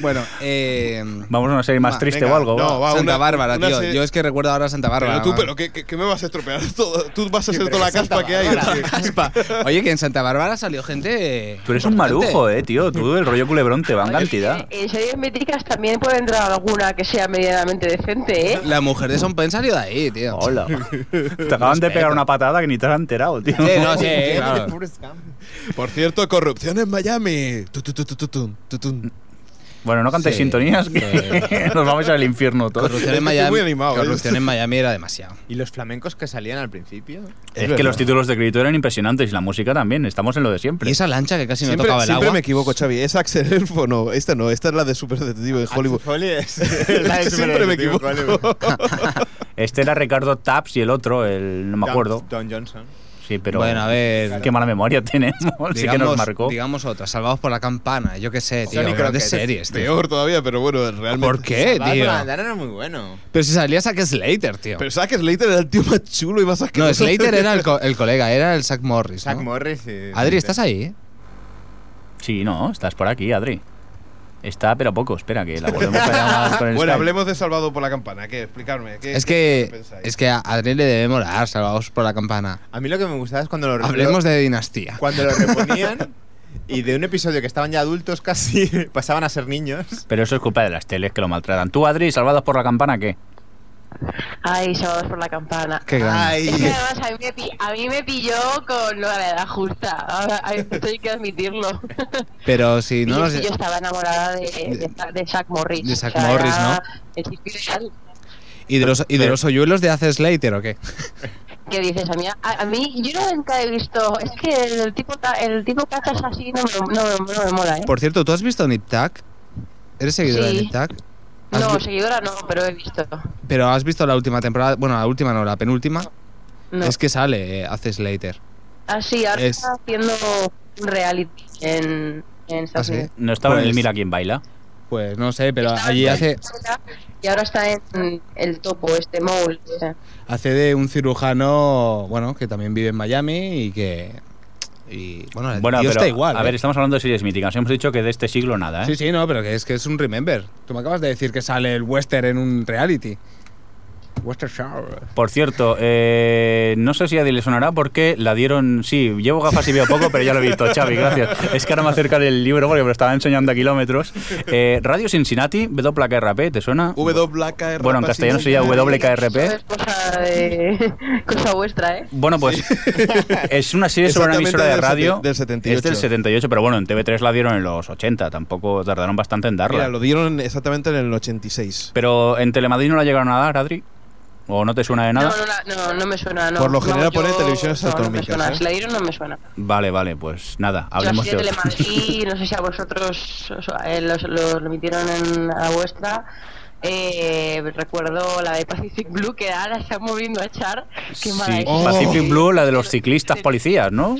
S5: Bueno, eh.
S2: Vamos a una serie más
S5: Va,
S2: triste
S1: venga,
S2: o algo.
S1: no,
S2: va.
S1: va,
S5: Santa
S1: una-
S5: Bárbara,
S1: una
S5: tío.
S1: se-
S5: Yo es que recuerdo ahora Santa Bárbara.
S1: Pero tú,
S5: man.
S1: pero que, que- que me vas a estropear todo. Tú vas a
S3: Sí,
S1: ser
S3: pero
S1: toda la
S3: que Santa
S1: caspa que hay.
S3: Bárbara.
S5: Caspa. Oye, que en Santa Bárbara salió gente. eh,
S2: Tú eres un
S5: importante.
S2: marujo, ¿eh, tío? Tú, el rollo culebrón te va en cantidad.
S4: En series eh, míticas también puede entrar alguna que sea medianamente decente, ¿eh?
S5: La mujer de Son Pen salió de ahí, tío.
S2: Hola. Te acaban de pegar una patada que ni te has enterado, tío.
S5: Sí, no, sí,
S3: Eh,
S5: claro.
S1: Por cierto, corrupción en Miami. Tu, tu, tu, tu, tu, tu, tu, tu.
S2: Bueno, no cantes
S5: Sí,
S2: sintonías que nos vamos al infierno todos.
S5: Corrupción
S1: Estoy
S5: en Miami.
S1: muy animado, ¿eh?
S5: corrupción en Miami era demasiado.
S3: ¿Y los flamencos que salían al principio?
S2: Es
S1: verdad.
S2: que los títulos de crédito eran impresionantes y la música también. Estamos en lo de siempre.
S5: Y esa lancha que casi no
S1: siempre
S5: tocaba el
S1: siempre
S5: agua.
S1: me equivoco, Xavi. ¿Es Axel Elf o no? Esta no, esta es la de Super Detective de Hollywood.
S3: Axel Foley es- es la de
S1: Siempre me
S3: Superdeductivo
S1: equivoco.
S3: Hollywood.
S2: Este era Ricardo Taps y el otro, el no me acuerdo.
S3: Don Johnson.
S2: Sí, pero
S5: Bueno, a ver.
S2: qué mala memoria tenemos. sí que nos marcó.
S5: digamos otra, Salvados por la Campana, yo qué sé, tío,
S3: Sonny
S5: grandes
S3: Crockett.
S5: series, tío.
S1: Peor todavía, pero bueno, realmente.
S5: Este. ¿Por qué,
S3: Salvador
S5: Eh, tío?
S3: Landar era muy bueno.
S5: Pero si salía Zack Slater, tío.
S1: Pero sabes que Slater era el tío más chulo y más
S5: No,
S1: asqueroso.
S5: Slater era el, co- el colega, era el Zack Morris,
S3: Zack
S5: ¿no?
S3: Morris y...
S5: Adri, ¿estás ahí?
S2: Sí, no, estás por aquí, Adri. Está, pero poco. Espera, que la volvemos a llamar con el
S1: Bueno,
S2: Skype.
S1: hablemos de Salvado por la Campana. ¿Qué? Explicarme. ¿qué-
S5: Es
S1: qué
S5: que,
S1: pensáis?
S5: es que a Adri le debe molar, Salvados por la Campana.
S3: A mí lo que me gustaba es cuando lo
S5: Hablemos de dinastía.
S3: Cuando lo reponían y de un episodio que estaban ya adultos casi pasaban a ser niños.
S2: Pero eso es culpa de las teles que lo maltratan. Tú, Adri, salvados por la campana, ¿qué?
S4: Ay, sábados por la campana.
S5: Qué grande.
S4: Es que además a mí, me pi- a mí me pilló con no a la edad justa. Ahora, hay- esto hay que admitirlo.
S5: Pero si no
S4: Y
S5: nos...
S4: es que yo estaba enamorada de, de, de Zack Morris.
S5: De Zack
S4: O sea,
S5: Morris,
S4: era El tipo ideal.
S5: ¿Y de los, y de los hoyuelos de hace Slater o qué?
S4: ¿Qué dices? A mí, a, a mí yo nunca he visto. Es que el tipo, ca- el tipo cazas así no me, no, me- no me mola, ¿eh?
S5: Por cierto, ¿tú has visto Nip Tuck? ¿Eres seguidora
S4: Sí.
S5: de Nip Tuck? ¿Has
S4: no,
S5: vi-
S4: seguidora no, pero he visto.
S5: Pero has visto la última temporada, bueno, la última no, la penúltima.
S4: No.
S5: Es que sale, eh, hace Slater.
S4: Así, ahora
S5: es-
S4: está haciendo un reality en, en
S5: ¿Ah,
S4: Estados
S5: sí?
S4: Unidos.
S2: ¿Ah, No estaba en el
S5: Pues-
S2: Mira quién baila.
S5: Pues no sé, pero
S4: Estaba
S5: allí
S4: en
S5: hace,
S4: Barcelona Y ahora está en el topo, este Mole.
S5: hace de un cirujano, bueno, que también vive en Miami y que... Y, bueno, el
S2: Bueno,
S5: tío
S2: pero,
S5: está igual.
S2: a ver,
S5: ¿eh?
S2: estamos hablando de series míticas. Hemos dicho que de este siglo nada, ¿eh?
S5: Sí, sí, no, pero que es que es un remember. Tú me acabas de decir que sale el western en un reality. Western Shower.
S2: Por cierto, eh, no sé si a Adi le sonará porque la dieron. Sí, llevo gafas y veo poco, pero ya lo he visto, Xavi, gracias. Es que ahora me acerca el libro porque me lo estaba enseñando a kilómetros. Eh, Radio Cincinnati, WKRP, ¿te suena?
S1: WKRP.
S2: Bueno, en castellano sería WKRP.
S4: Es cosa, de, cosa vuestra, ¿eh?
S2: Bueno, pues es una serie sobre
S1: Exactamente
S2: una emisora de
S1: del
S2: radio.
S1: seten- del 78.
S2: Es del 78, pero bueno, en TV3 la dieron en los 80, tampoco tardaron bastante en darla.
S1: Mira, lo dieron exactamente en el 86.
S2: Pero en Telemadrid no la llegaron a dar, Adri. ¿O no te suena de nada?
S4: No, no, la- no, no me suena. No.
S1: Por lo general
S4: Vamos,
S1: pone
S4: yo-
S1: televisiones
S4: no, no me
S1: autonómicas,
S4: suena.
S1: ¿eh?
S4: Si la dieron, no me suena.
S2: Vale, vale, pues nada,
S4: Yo
S2: hablemos
S4: así
S2: de
S4: de
S2: otro.
S4: Telemadrid, no sé si a vosotros os- eh, los, los emitieron en la vuestra. Eh, recuerdo la de Pacific Blue que ahora está moviendo a echar. Qué mala
S2: Sí,
S4: es.
S5: Oh.
S2: Pacific Blue, la de los ciclistas policías, ¿no?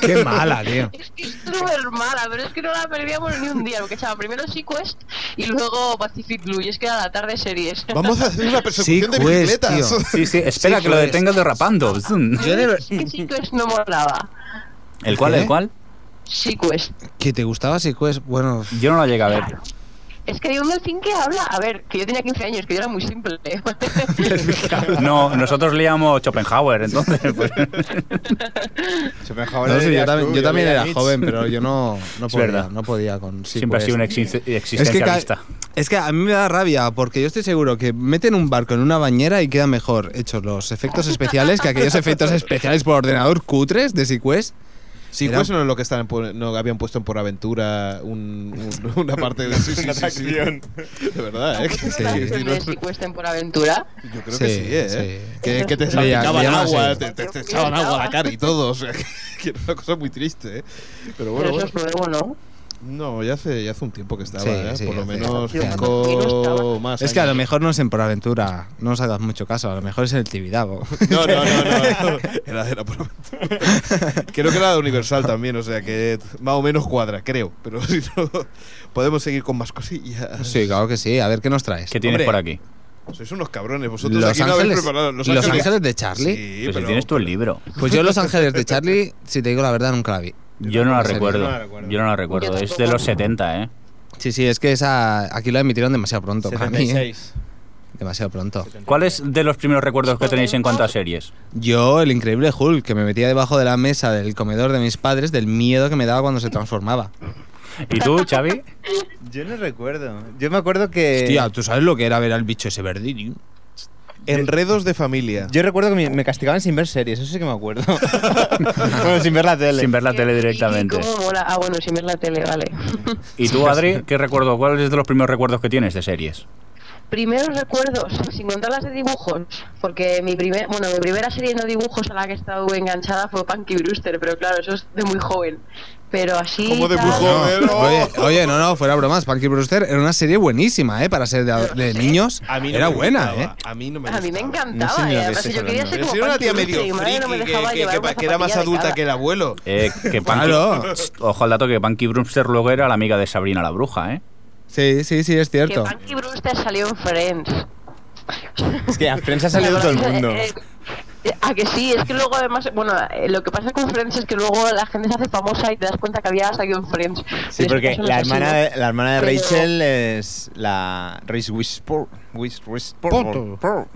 S5: Qué mala, tío.
S4: Es que es súper mala, pero es que no la perdíamos ni un día, porque echaba primero Sequest y luego Pacific Blue, y es que era la tarde series.
S1: Vamos a hacer una persecución
S5: Sí,
S1: de
S5: pues,
S1: bicicletas.
S5: tío.
S2: Sí, sí, espera
S5: Sí,
S2: que lo
S5: pues.
S2: detengas derrapando.
S5: Yo de ver-
S4: Es que Sequest no molaba.
S2: ¿El cuál? ¿El
S5: ¿Qué?
S2: cuál?
S4: Sequest.
S5: Que te gustaba si pues bueno,
S2: Yo no la llegué a ver.
S4: Es que hay un delfín que habla. A ver, que yo tenía 15 años, que yo era muy simple.
S2: No, nosotros leíamos Schopenhauer, entonces. pues,
S3: Schopenhauer
S5: no sé, yo
S3: leías
S5: también,
S3: tú,
S5: yo también
S3: leía
S5: era
S3: Nietzsche.
S5: joven, pero yo no, no
S2: Es
S5: podía,
S2: verdad.
S5: no podía con sí,
S2: siempre ha
S5: pues.
S2: sido un exi-
S5: es que, ca-
S2: existencialista.
S5: es que a mí me da rabia porque yo estoy seguro que meten un barco en una bañera y queda mejor hechos los efectos especiales que aquellos efectos especiales por ordenador cutres de Sequest.
S1: Sí,
S5: Era-
S1: pues no es lo que están, en pu- no habían puesto en Por Aventura un- un- una parte de sí, sí, sí, sí.
S3: atracción.
S1: De verdad, ¿eh? Que-
S4: ¿Es
S1: que-
S4: la
S1: que-
S4: canción de Sequest en por aventura?
S1: yo creo que sí, ¿eh?
S5: sí.
S1: Que, que te
S5: Le-
S1: salpicaban
S5: le llaman
S1: agua,
S5: así.
S1: te, te- te echaban agua a la cara y todo. O sea, que era una cosa muy triste, ¿eh? Pero bueno,
S4: Pero eso
S1: bueno.
S4: es nuevo, ¿no?
S1: No, ya hace, ya hace un tiempo que estaba,
S5: Sí,
S1: ¿eh?
S5: sí,
S1: Por lo
S5: hace-
S1: menos
S5: hace-
S1: cinco más.
S5: Es que a lo
S1: años.
S5: mejor no es en Por Aventura, no os hagas mucho caso, a lo mejor es en el Tibidabo.
S1: No, no, no, no. no. Era, era por aventura. Creo que era de Universal también, o sea que más o menos cuadra, creo. Pero si no, podemos seguir con más cosillas.
S5: Sí, claro que sí, a ver qué nos traes.
S2: ¿Qué tienes
S1: Hombre,
S2: por aquí?
S1: Sois unos cabrones, vosotros
S5: Los
S1: aquí no habéis
S5: Ángeles,
S1: preparado.
S5: Los Ángeles de Charlie.
S1: Sí,
S2: Pues si
S1: pero-
S2: tienes tú el libro.
S5: Pues yo Los Ángeles de Charlie, si te digo la verdad, nunca la vi.
S2: Yo no la
S5: Yo no
S2: recuerdo.
S3: la recuerdo.
S2: Yo no la
S4: Yo
S2: recuerdo. Es
S4: tampoco.
S2: de los 70, ¿eh?
S5: Sí, sí, es que esa aquí la emitieron demasiado pronto para mí. ¿eh?
S3: 76.
S5: Demasiado pronto.
S2: ¿Cuál es de los primeros recuerdos que tenéis en cuanto a series?
S5: Yo, el increíble Hulk, que me metía debajo de la mesa del comedor de mis padres del miedo que me daba cuando se transformaba.
S2: ¿Y tú, Xavi?
S3: Yo no recuerdo. Yo me acuerdo que.
S5: Hostia, ¿tú sabes lo que era ver al bicho ese verde, tío?
S1: Enredos de familia.
S3: Yo recuerdo que me, me castigaban sin ver series, eso sí que me acuerdo. bueno, sin ver la tele.
S2: Sin ver la tele
S4: Y- y
S2: directamente.
S4: ¿Cómo mola? Ah, bueno, sin ver la tele, vale.
S2: ¿Y tú, Adri, qué recuerdo? ¿Cuál es de los primeros recuerdos que tienes de series?
S4: Primeros recuerdos, sin contar las de dibujos, porque mi primer, bueno, mi primera serie no dibujos a la que he estado enganchada fue Punky Brewster, pero claro, eso es de muy joven. Pero así.
S1: ¿Cómo de
S4: tal,
S1: muy joven?
S5: No, oye, oye, no, no, fuera bromas. Punky Brewster era una serie buenísima, ¿eh? Para ser de, ado- de niños. era buena, ¿eh?
S1: A mí no me
S4: A mí me
S1: gustaba.
S4: encantaba,
S3: No sé ni lo
S4: eh,
S3: que
S4: además,
S3: estáis
S4: yo quería
S3: hablando.
S4: ser
S1: Pero
S4: como
S1: si era una
S4: Punky
S1: tía medio
S4: Brewster, y mi madre
S1: friki,
S4: no me
S1: que,
S4: dejaba
S1: que-
S4: llevar
S1: que-
S4: una
S1: que era más
S4: zapatilla de
S1: adulta
S4: cada.
S1: que el abuelo.
S2: Eh, que Punky-
S5: Claro.
S2: Ojo al dato que Punky Brewster luego era la amiga de Sabrina la Bruja, ¿eh?
S5: Sí, sí, sí, es
S4: Que
S5: cierto.
S4: Punky Brewster salió en Friends.
S3: Es que a Friends ha salido todo el mundo.
S4: Eh, eh, a que sí, es que luego además, bueno, eh, lo que pasa con Friends es que luego la gente se hace famosa y te das cuenta que había salido en Friends.
S3: Sí, porque la hermana de, la hermana de
S4: Pero-
S3: Rachel es la Reese Witherspoon. Wish- Witherspoon.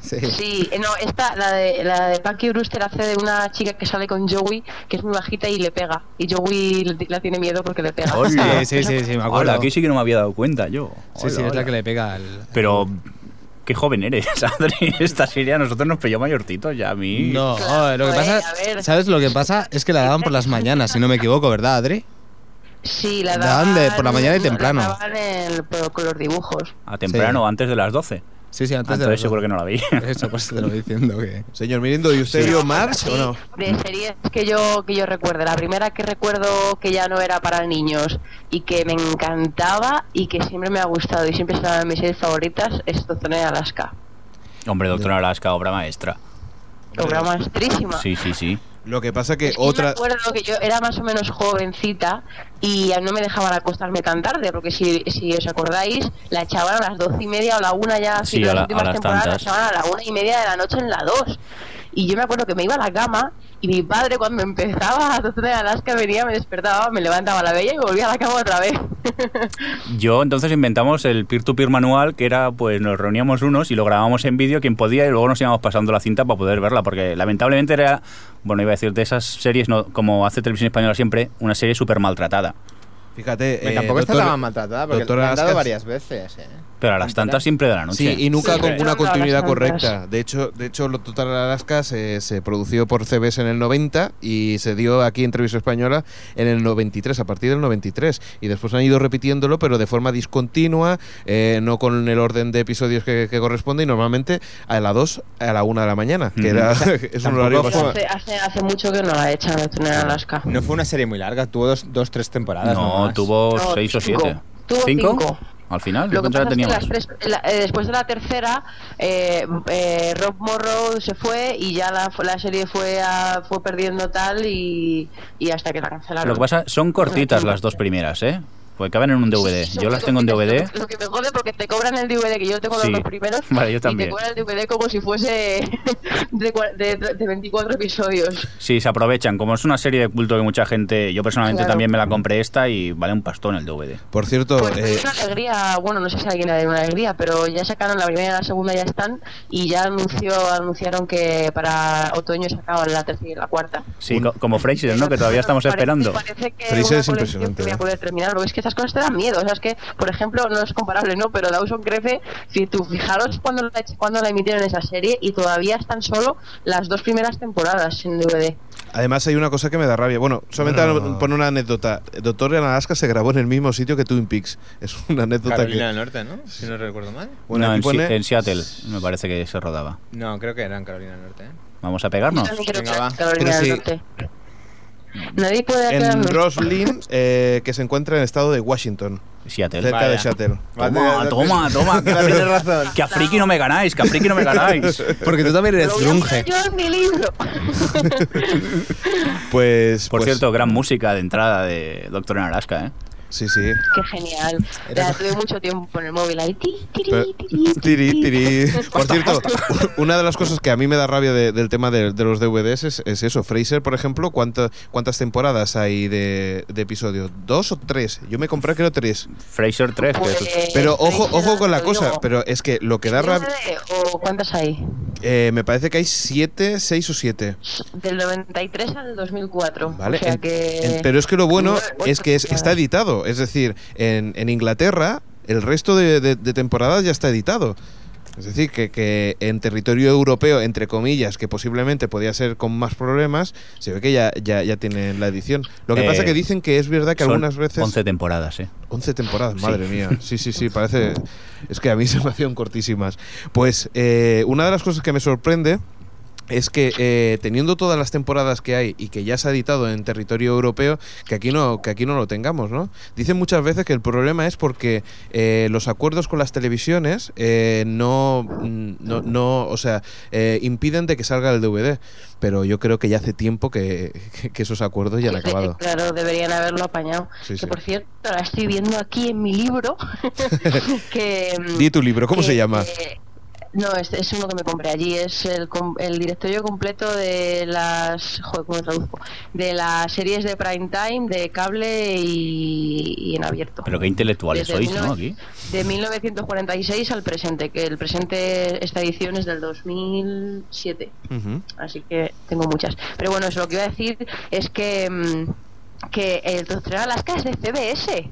S5: Sí.
S4: Sí, eh, no, esta, la de, la de Punky Brewster hace de una chica que sale con Joey, que es muy bajita y le pega. Y Joey le- la tiene miedo porque le pega.
S2: Hola.
S5: Sí, sí, sí, sí, me acuerdo.
S2: Hola, aquí sí que no me había dado cuenta yo.
S5: Sí,
S2: Hola,
S5: sí, es la
S2: hola.
S5: que le pega al.
S2: Pero qué joven eres, Adri. Esta serie a nosotros nos pilló mayortitos ya a mí.
S5: No,
S4: Claro,
S5: lo que
S4: eh,
S5: pasa.
S4: a ver.
S5: ¿Sabes lo que pasa? Es que la daban por las mañanas, si no me equivoco, ¿verdad, Adri?
S4: Sí, la daban
S5: Daban de- por la mañana y temprano.
S4: La daban en- pero con los dibujos.
S2: A temprano,
S5: Sí.
S2: antes de las 12.
S5: Sí, sí, antes
S2: Ah, Entonces
S5: de.
S2: seguro que no la vi.
S5: Eso, pues te lo voy diciendo que.
S1: Señor Mirindo, ¿y usted vio March
S4: Sí,
S1: o no?
S4: De series que yo, que yo recuerde. La primera que recuerdo que ya no era para niños y que me encantaba y que siempre me ha gustado y siempre estaba en mis series favoritas es Doctora de Alaska.
S2: Hombre, Doctor Alaska, obra maestra.
S4: Obra maestrísima.
S2: Sí, sí, sí.
S3: Lo que pasa que
S4: Es que Me
S3: otra.
S4: acuerdo que yo era más o menos jovencita y no me dejaban acostarme tan tarde, porque si, si os acordáis, la echaban a las doce y media o la una ya,
S2: Sí,
S4: si
S2: a la- a las
S4: temporadas
S2: tantas.
S4: la echaban a la una y media de la noche en la dos. Y yo me acuerdo que me iba a la cama y mi padre cuando empezaba a las 12 de Alaska venía, me despertaba, me levantaba a la bella y volvía a la cama otra vez.
S2: Yo entonces inventamos el peer-to-peer manual, que era pues nos reuníamos unos y lo grabábamos en vídeo quien podía y luego nos íbamos pasando la cinta para poder verla, porque lamentablemente era, bueno, iba a decir, de esas series, no, como hace Televisión Española siempre, una serie súper maltratada.
S3: Fíjate.
S1: Hombre,
S3: eh,
S1: tampoco está
S3: doctor-
S1: tan maltratada, porque
S3: doctora
S1: la han dado
S3: Ascas-
S1: varias veces. ¿eh?
S2: Pero a las tantas siempre de la noche.
S3: Sí, y nunca
S4: Sí,
S3: con
S4: sí.
S3: una continuidad
S4: Todas las
S3: correcta. De hecho, de hecho, lo Total Alaska se, se produció por CBS en el 90 y se dio aquí en Televisión Española en el 93, a partir del 93. Y después han ido repitiéndolo, pero de forma discontinua, eh, no con el orden de episodios que, que corresponde y normalmente a la 2 a la 1 de la mañana, que
S2: Ujú.
S3: era,
S2: O
S3: es un horario
S1: tampoco-
S3: bastante...
S4: hace, hace, hace mucho que no la echan de tener en Alaska.
S1: No fue una serie muy larga, tuvo dos, dos tres temporadas.
S2: No,
S1: nomás.
S2: tuvo
S4: No,
S2: seis o
S4: cinco.
S2: siete.
S4: Tuvo cinco.
S2: Al final,
S4: Lo que
S2: Entonces
S4: pasa
S2: la
S4: es que
S2: teníamos.
S4: las tres, la- eh, después de la tercera, eh, eh, Rob Morrow se fue y ya la, la serie fue a- fue perdiendo tal y, y hasta que la cancelaron.
S2: Lo que pasa, son cortitas las dos primeras, ¿eh? Porque caben en un DVD.
S4: Sí,
S2: Yo las tengo en
S4: lo que-
S2: DVD.
S4: Lo que me jode porque te cobran el DVD, que yo tengo
S2: Sí.
S4: los dos primeros.
S2: Vale, yo también.
S4: Y te cobran el DVD como si fuese de, cua- de, de 24 episodios.
S2: Sí, se aprovechan. Como es una serie de culto que mucha gente. Yo personalmente
S4: Claro.
S2: también me la compré esta y vale un pastón el DVD.
S3: Por cierto,
S4: Pues
S3: eh,
S4: es una alegría, bueno, no sé si a alguien le dio una alegría, pero ya sacaron la primera y la segunda, ya están, y ya anunció, anunciaron que para otoño sacaban la tercera y la cuarta.
S2: Sí, co- como Fraser, ¿no? Que todavía estamos
S4: Parece-
S2: esperando.
S4: Parece que
S3: Fraser
S4: una
S3: es
S4: colección
S3: impresionante,
S4: que voy
S3: ¿eh?
S4: a poder terminar, porque es que estas cosas te dan miedo. O sea, es que, por ejemplo, no es comparable, ¿no? Pero Dawson crece, si tú fijaros cuando la, cuando la emitieron esa serie y todavía están solo las dos primeras temporadas en DVD.
S3: Además hay una cosa que me da rabia. Bueno, solamente
S5: Bueno.
S3: pone una anécdota. Doctor en Alaska se grabó en el mismo sitio que Twin Peaks. Es una anécdota
S1: Carolina
S3: que...
S1: del Norte, ¿no? Si no recuerdo mal.
S2: no,
S3: aquí
S2: en, Si-
S3: pone-
S2: en Seattle me parece que se rodaba.
S1: No, creo que era en Carolina del Norte. ¿eh?
S2: Vamos a pegarnos.
S4: Yo también quiero
S1: venga,
S4: que-
S1: va.
S4: Carolina
S3: Pero
S4: del
S3: sí.
S4: Norte. Nadie puede
S3: en
S4: aclararnos.
S3: Roslyn, eh, que se encuentra en el estado de Washington,
S2: Seattle.
S3: cerca
S1: Vaya.
S3: de Seattle.
S2: Toma,
S1: Vale,
S2: toma, toma. Que, a
S1: Tienes
S2: friki-
S1: razón.
S2: que a friki no me ganáis, que a friki no me ganáis.
S5: Porque tú también
S4: Lo
S5: eres
S4: voy a poner
S5: grunge.
S4: yo en mi libro.
S3: Pues,
S2: Por
S3: pues-
S2: cierto, gran música de entrada de Doctor en Alaska, ¿eh?
S3: Sí, sí.
S4: Qué genial.
S1: Era-
S4: Ya, tuve mucho tiempo en el móvil ahí. Ti, tiri,
S3: Pero-
S4: tiri,
S3: Tiri, tiri. Por cierto, una de las cosas que a mí me da rabia de- del tema de, de los DVDs es, es eso. Fraser, por ejemplo, ¿cuánta- ¿cuántas temporadas hay de, de episodio? ¿Dos o tres? Yo me compré creo tres.
S2: Fraser 3, que es-
S4: Pues-
S3: Pero ojo, ojo con la
S4: Yo-
S3: cosa, pero es que lo que da rabia...
S4: ¿O cuántas hay?
S3: Eh, me parece que hay siete, seis o siete.
S4: Del 93 al 2004.
S3: ¿Vale?
S4: O sea
S3: En-
S4: que...
S3: en- pero es que lo bueno
S4: nueve, ocho
S3: es que es- está
S4: temporadas.
S3: editado. Es decir, en, en Inglaterra el resto de, de- de temporadas ya está editado. Es decir, que, que en territorio europeo, entre comillas, que posiblemente podía ser con más problemas, se ve que ya, ya, ya tienen la edición. Lo que
S2: Eh,
S3: pasa que dicen que es verdad que
S2: son
S3: algunas veces...
S2: 11 temporadas, ¿eh?
S3: 11 temporadas,
S2: Sí.
S3: madre mía. Sí, sí, sí, parece. Es que a mí se me hacían cortísimas. Pues eh, una de las cosas que me sorprende es que eh, teniendo todas las temporadas que hay y que ya se ha editado en territorio europeo, que aquí no, que aquí no lo tengamos, ¿no? Dicen muchas veces que el problema es porque eh, los acuerdos con las televisiones eh, no, mm, no, no, o sea, eh, impiden de que salga el DVD. Pero yo creo que ya hace tiempo que, que esos acuerdos ya han
S4: Sí, sí,
S3: acabado.
S4: Claro, deberían haberlo apañado.
S3: Sí,
S4: que
S3: sí.
S4: por cierto, la estoy viendo aquí en mi libro. que, mm,
S3: Di tu libro, ¿cómo
S4: que-
S3: se llama?
S4: que- no, es, es uno que me compré allí. Es el, com- el directorio completo de las. Joder, ¿cómo lo traduzco? De las series de prime time, de cable y, y en abierto.
S2: Pero qué intelectuales
S4: Desde
S2: sois, ¿no?
S4: 19
S2: Aquí.
S4: De 1946 al presente, que el presente, esta edición es del 2007
S3: Ujú.
S4: así que tengo muchas. Pero bueno, eso lo que iba a decir es que, mm, que el Doctor Alaska es de CBS.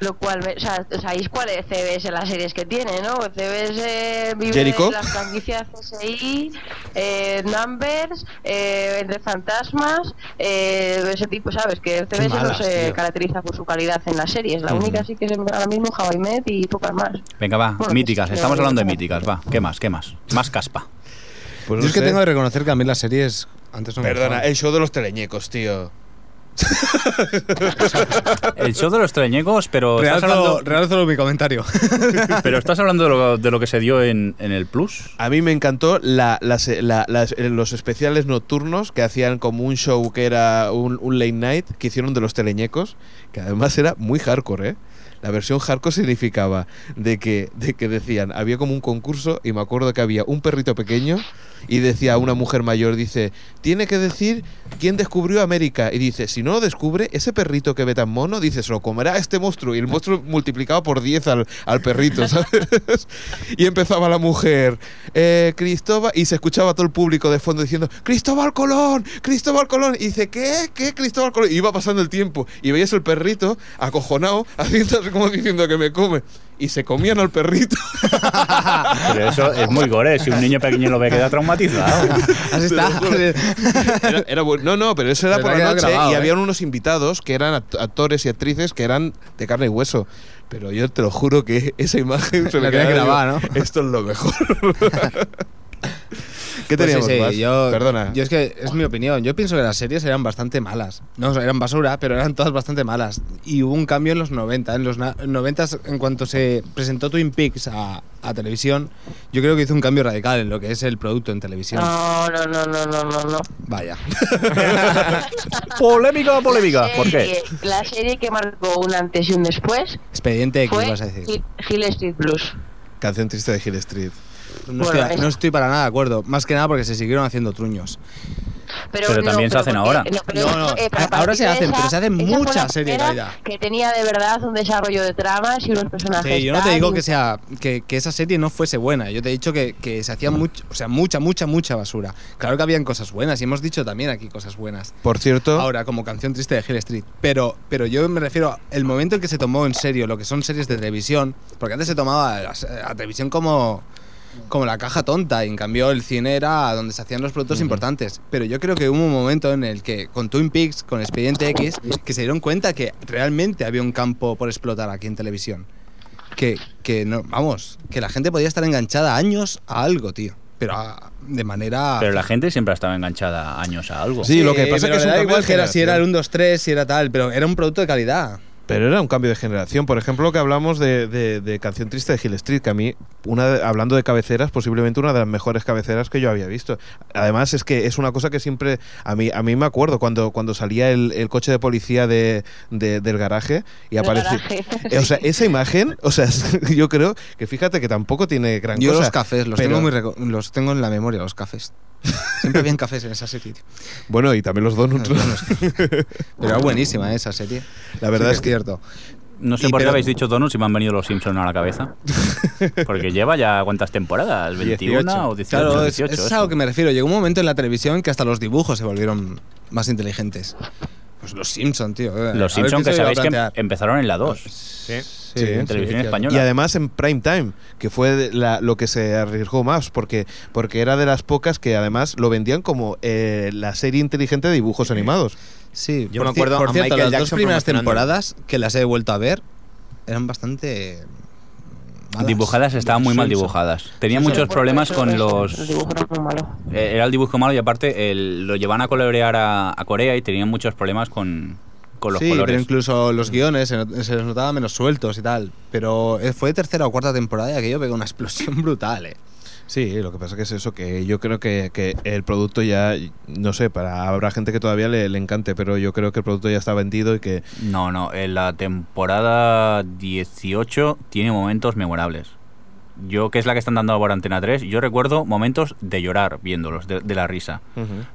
S4: Lo cual, me- o sea, ¿sabéis cuál es CBS las series que tiene, no? CBS vive
S3: Jericho.
S4: de las franquicias CSI, eh, Numbers, eh, Entre Fantasmas, eh, ese tipo, ¿sabes? Que CBS
S5: malas,
S4: no se
S5: tío. Mm.
S4: caracteriza por su calidad en las series. La única sí que es ahora mismo How I Met y pocas más.
S2: Venga, va.
S4: Bueno, pues,
S2: míticas.
S4: sí,
S2: Estamos
S4: sí,
S2: hablando de
S4: sí.
S2: míticas, va. ¿Qué más? ¿Qué más? Más caspa.
S3: Pues
S5: Yo
S3: no
S5: es que
S3: sé.
S5: tengo que reconocer que a mí las series antes no me
S3: Perdona,
S5: gustaban.
S3: el show de los teleñecos, tío.
S2: El show de los treñecos, pero estás
S5: Realzo,
S2: hablando,
S5: realzo mi comentario.
S2: pero estás hablando de, lo, de lo que se dio en, en el Plus.
S1: A mí me encantó la- las- la- las- eh, los especiales nocturnos que hacían como un show que era un, un late night que hicieron de los teleñecos, que además era muy hardcore, ¿eh? La versión hardcore significaba de que, de que decían, había como un concurso y me acuerdo que había un perrito pequeño y decía una mujer mayor, dice, tiene que decir quién descubrió América. Y dice, si no lo descubre, ese perrito que ve tan mono, dice, se lo comerá este monstruo. Y el monstruo multiplicaba por 10 al, al perrito, ¿sabes? Y empezaba la mujer, eh, Cristóbal, y se escuchaba todo el público de fondo diciendo, Cristóbal Colón, Cristóbal Colón. Y dice, ¿qué? ¿Qué? Cristóbal Colón. Y iba pasando el tiempo y veías el perrito acojonado, haciendo así como diciendo que me come. Y se comían al perrito.
S2: Pero eso es muy gore. Si un niño pequeño lo ve, queda traumatizado.
S5: Así está.
S1: Era, era bu- no, no, pero eso era
S5: Pero
S1: por
S5: ha
S1: la
S5: quedado
S1: noche
S5: grabado,
S1: y
S5: ¿eh?
S1: habían unos invitados que eran act- actores y actrices que eran de carne y hueso. Pero yo te lo juro que esa imagen se
S5: La
S1: me
S5: tenía
S1: quedaba,
S5: grabada,
S1: digo, Esto es lo mejor. ¿Qué
S5: Pues
S1: teníamos
S5: sí, sí,
S1: más?
S5: Yo,
S1: Perdona.
S5: Yo es que es mi opinión. Yo pienso que las series eran bastante malas. No, o sea, eran basura, pero eran todas bastante malas. Y hubo un cambio en los 90. En los na- 90, en cuanto se presentó Twin Peaks a, a televisión, yo creo que hizo un cambio radical en lo que es el producto en televisión.
S4: No, no, no, no, no, no, no.
S5: Vaya.
S2: Polémica, polémica. ¿Por qué?
S4: Serie- La serie que marcó un antes y un después
S5: Expediente X,
S4: fue
S5: vas a decir.
S4: Hill Hill Street Blues.
S1: Canción triste de Hill Street.
S5: No
S4: Bueno,
S5: estoy,
S4: es-
S5: no estoy para nada de acuerdo. Más que nada porque se siguieron haciendo truños.
S4: Pero,
S2: Pero
S4: no,
S2: también se hacen
S4: porque-
S2: ahora.
S5: No, no,
S4: pero
S5: ahora
S4: para
S5: se
S4: mí
S5: hacen, pero se hacen
S4: esa fue
S5: muchas
S4: la
S5: series,
S4: primera
S5: Aida.
S4: Que tenía de verdad un desarrollo de tramas y unos personajes.
S5: Sí, yo no te
S4: tal,
S5: digo
S4: y-
S5: que sea que, que esa serie no fuese buena. Yo te he dicho que, que se hacía mucho, o sea, mucha, mucha, mucha basura. Claro que habían cosas buenas y hemos dicho también aquí cosas buenas.
S1: Por cierto,
S5: Ahora, como canción triste de Hill Street. Pero, pero yo me refiero al momento en que se tomó en serio lo que son series de televisión, porque antes se tomaba la, la televisión como, como la caja tonta, y en cambio el cine era donde se hacían los productos importantes. Pero yo creo que hubo un momento en el que, con Twin Peaks, con Expediente X, que se dieron cuenta que realmente había un campo por explotar aquí en televisión. Que, que no, vamos, que la gente podía estar enganchada años a algo, tío. Pero a- de manera.
S2: Pero la gente siempre ha estado enganchada años a algo.
S1: Sí, lo que pasa
S5: pero
S1: que es
S5: le
S1: un
S5: da
S1: cambio
S5: igual
S1: de
S5: que era, si era el
S1: generación.
S5: 1, 2, 3, si era tal, pero era un producto de calidad.
S1: pero era un cambio de generación. Por ejemplo, que hablamos de, de- de Canción triste de Hill Street, que a mí, una de- hablando de cabeceras, posiblemente una de las mejores cabeceras que yo había visto. Además, es que es una cosa que siempre. A mí, a mí me acuerdo cuando, cuando salía el, el coche de policía de, de- del garaje y
S4: Del
S1: aparecía.
S4: garaje.
S1: Eh, O sea, esa imagen, o sea, yo creo que fíjate que tampoco tiene gran
S5: Yo
S1: cosa.
S5: los cafés, los,
S1: pero-
S5: tengo muy reco- los tengo en la memoria, los cafés. Siempre habían cafés en esa serie. tío.
S1: Bueno, y también los donuts.
S5: Pero era buenísima ¿eh? esa serie.
S1: La verdad
S5: Sí
S1: es que.
S5: cierto.
S2: No sé
S5: Y
S2: por qué
S5: pero-
S2: habéis dicho donuts y me han venido los Simpsons a la cabeza. Porque lleva ya cuántas temporadas, 21 o 18.
S5: Claro, es,
S2: 18,
S5: es
S2: eso.
S5: a lo que me refiero. Llegó un momento en la televisión que hasta los dibujos se volvieron más inteligentes. Pues los Simpson, tío. eh, a ver
S2: Los Simpsons
S5: quién
S2: que
S5: se lo iba a
S2: sabéis que em-
S5: plantear.
S2: empezaron en la 2,
S1: Sí,
S2: en
S1: sí.
S2: televisión española.
S1: Y además en prime time, que fue de la- lo que se arriesgó más, porque, porque era de las pocas que además lo vendían como eh, la serie inteligente de dibujos animados.
S5: Sí,
S3: Yo
S5: por
S3: me
S5: ci-
S3: acuerdo
S5: Por
S3: a
S5: cierto,
S3: Michael
S5: las dos
S3: Jackson
S5: primeras
S3: promocionando.
S5: temporadas que las he vuelto a ver eran bastante. malas.
S2: dibujadas estaban muy mal
S5: Simpson.
S2: dibujadas. Tenía
S4: Eso,
S2: muchos
S4: por-
S2: problemas
S4: eso,
S2: con
S4: eso,
S2: los...
S4: El dibujo era muy malo.
S2: eh, Era el dibujo malo y aparte el- lo llevaban a colorear a, a Corea y tenían muchos problemas con, con los
S5: sí, pero
S2: colores.
S5: incluso los guiones se, not- se les notaba menos sueltos y tal. Pero eh, fue tercera o cuarta temporada y aquello pegó una explosión brutal, ¿eh?
S1: Sí, lo que pasa que es eso, que yo creo que, que el producto ya, no sé, para habrá gente que todavía le, le encante, pero yo creo que el producto ya está vendido y que...
S2: No, no, en la temporada 18 tiene momentos memorables. Yo, que es la que están dando ahora Antena 3, yo recuerdo momentos de llorar viéndolos, de, de la risa.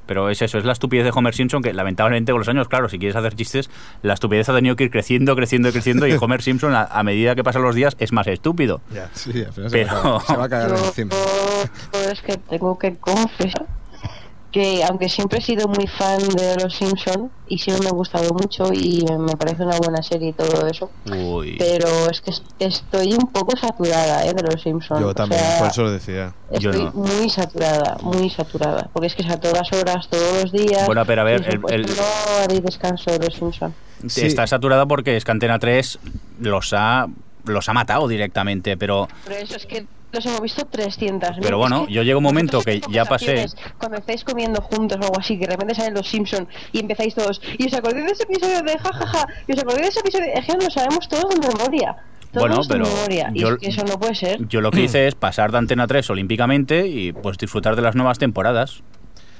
S2: Pero es eso, es la estupidez de Homer Simpson que lamentablemente con los años, claro, si quieres hacer chistes, la estupidez ha tenido que ir creciendo, creciendo, creciendo y Homer Simpson a, a medida que pasan los días es más estúpido.
S5: Sí, al final
S2: se va a Pero- cagar- se va a
S4: Yo, yo es que tengo que confesar que aunque siempre he sido muy fan de Los Simpson y siempre me ha gustado mucho y me parece una buena serie y todo eso,
S2: Uy.
S4: pero es que es- estoy un poco saturada eh, de Los Simpson.
S1: Yo
S4: O
S1: también,
S4: sea,
S1: por eso lo decía.
S2: Yo
S4: Estoy
S2: no.
S4: muy saturada, muy saturada, porque es que es a todas horas, todos los días.
S2: Bueno, pero a ver,
S4: y se
S2: el-
S4: puede-
S2: el-
S4: no hay descanso de Los Simpson.
S5: Sí.
S2: Está saturada porque es que Antena 3 los ha, los ha matado directamente, pero
S4: Pero eso es que los hemos visto 300.
S2: Pero bueno, yo llego un momento que ya pasé.
S4: Cuando estáis comiendo juntos o algo así, que de repente salen los Simpsons y empezáis todos. Y os acordáis de ese episodio de jajaja. y os acordáis de ese episodio. Es que lo sabemos todos de memoria. Todos
S2: Bueno,
S4: de
S2: pero
S4: memoria. Y
S2: yo-
S4: es que eso no puede ser.
S2: Yo lo que hice es pasar de Antena 3 olímpicamente y pues disfrutar de las nuevas temporadas.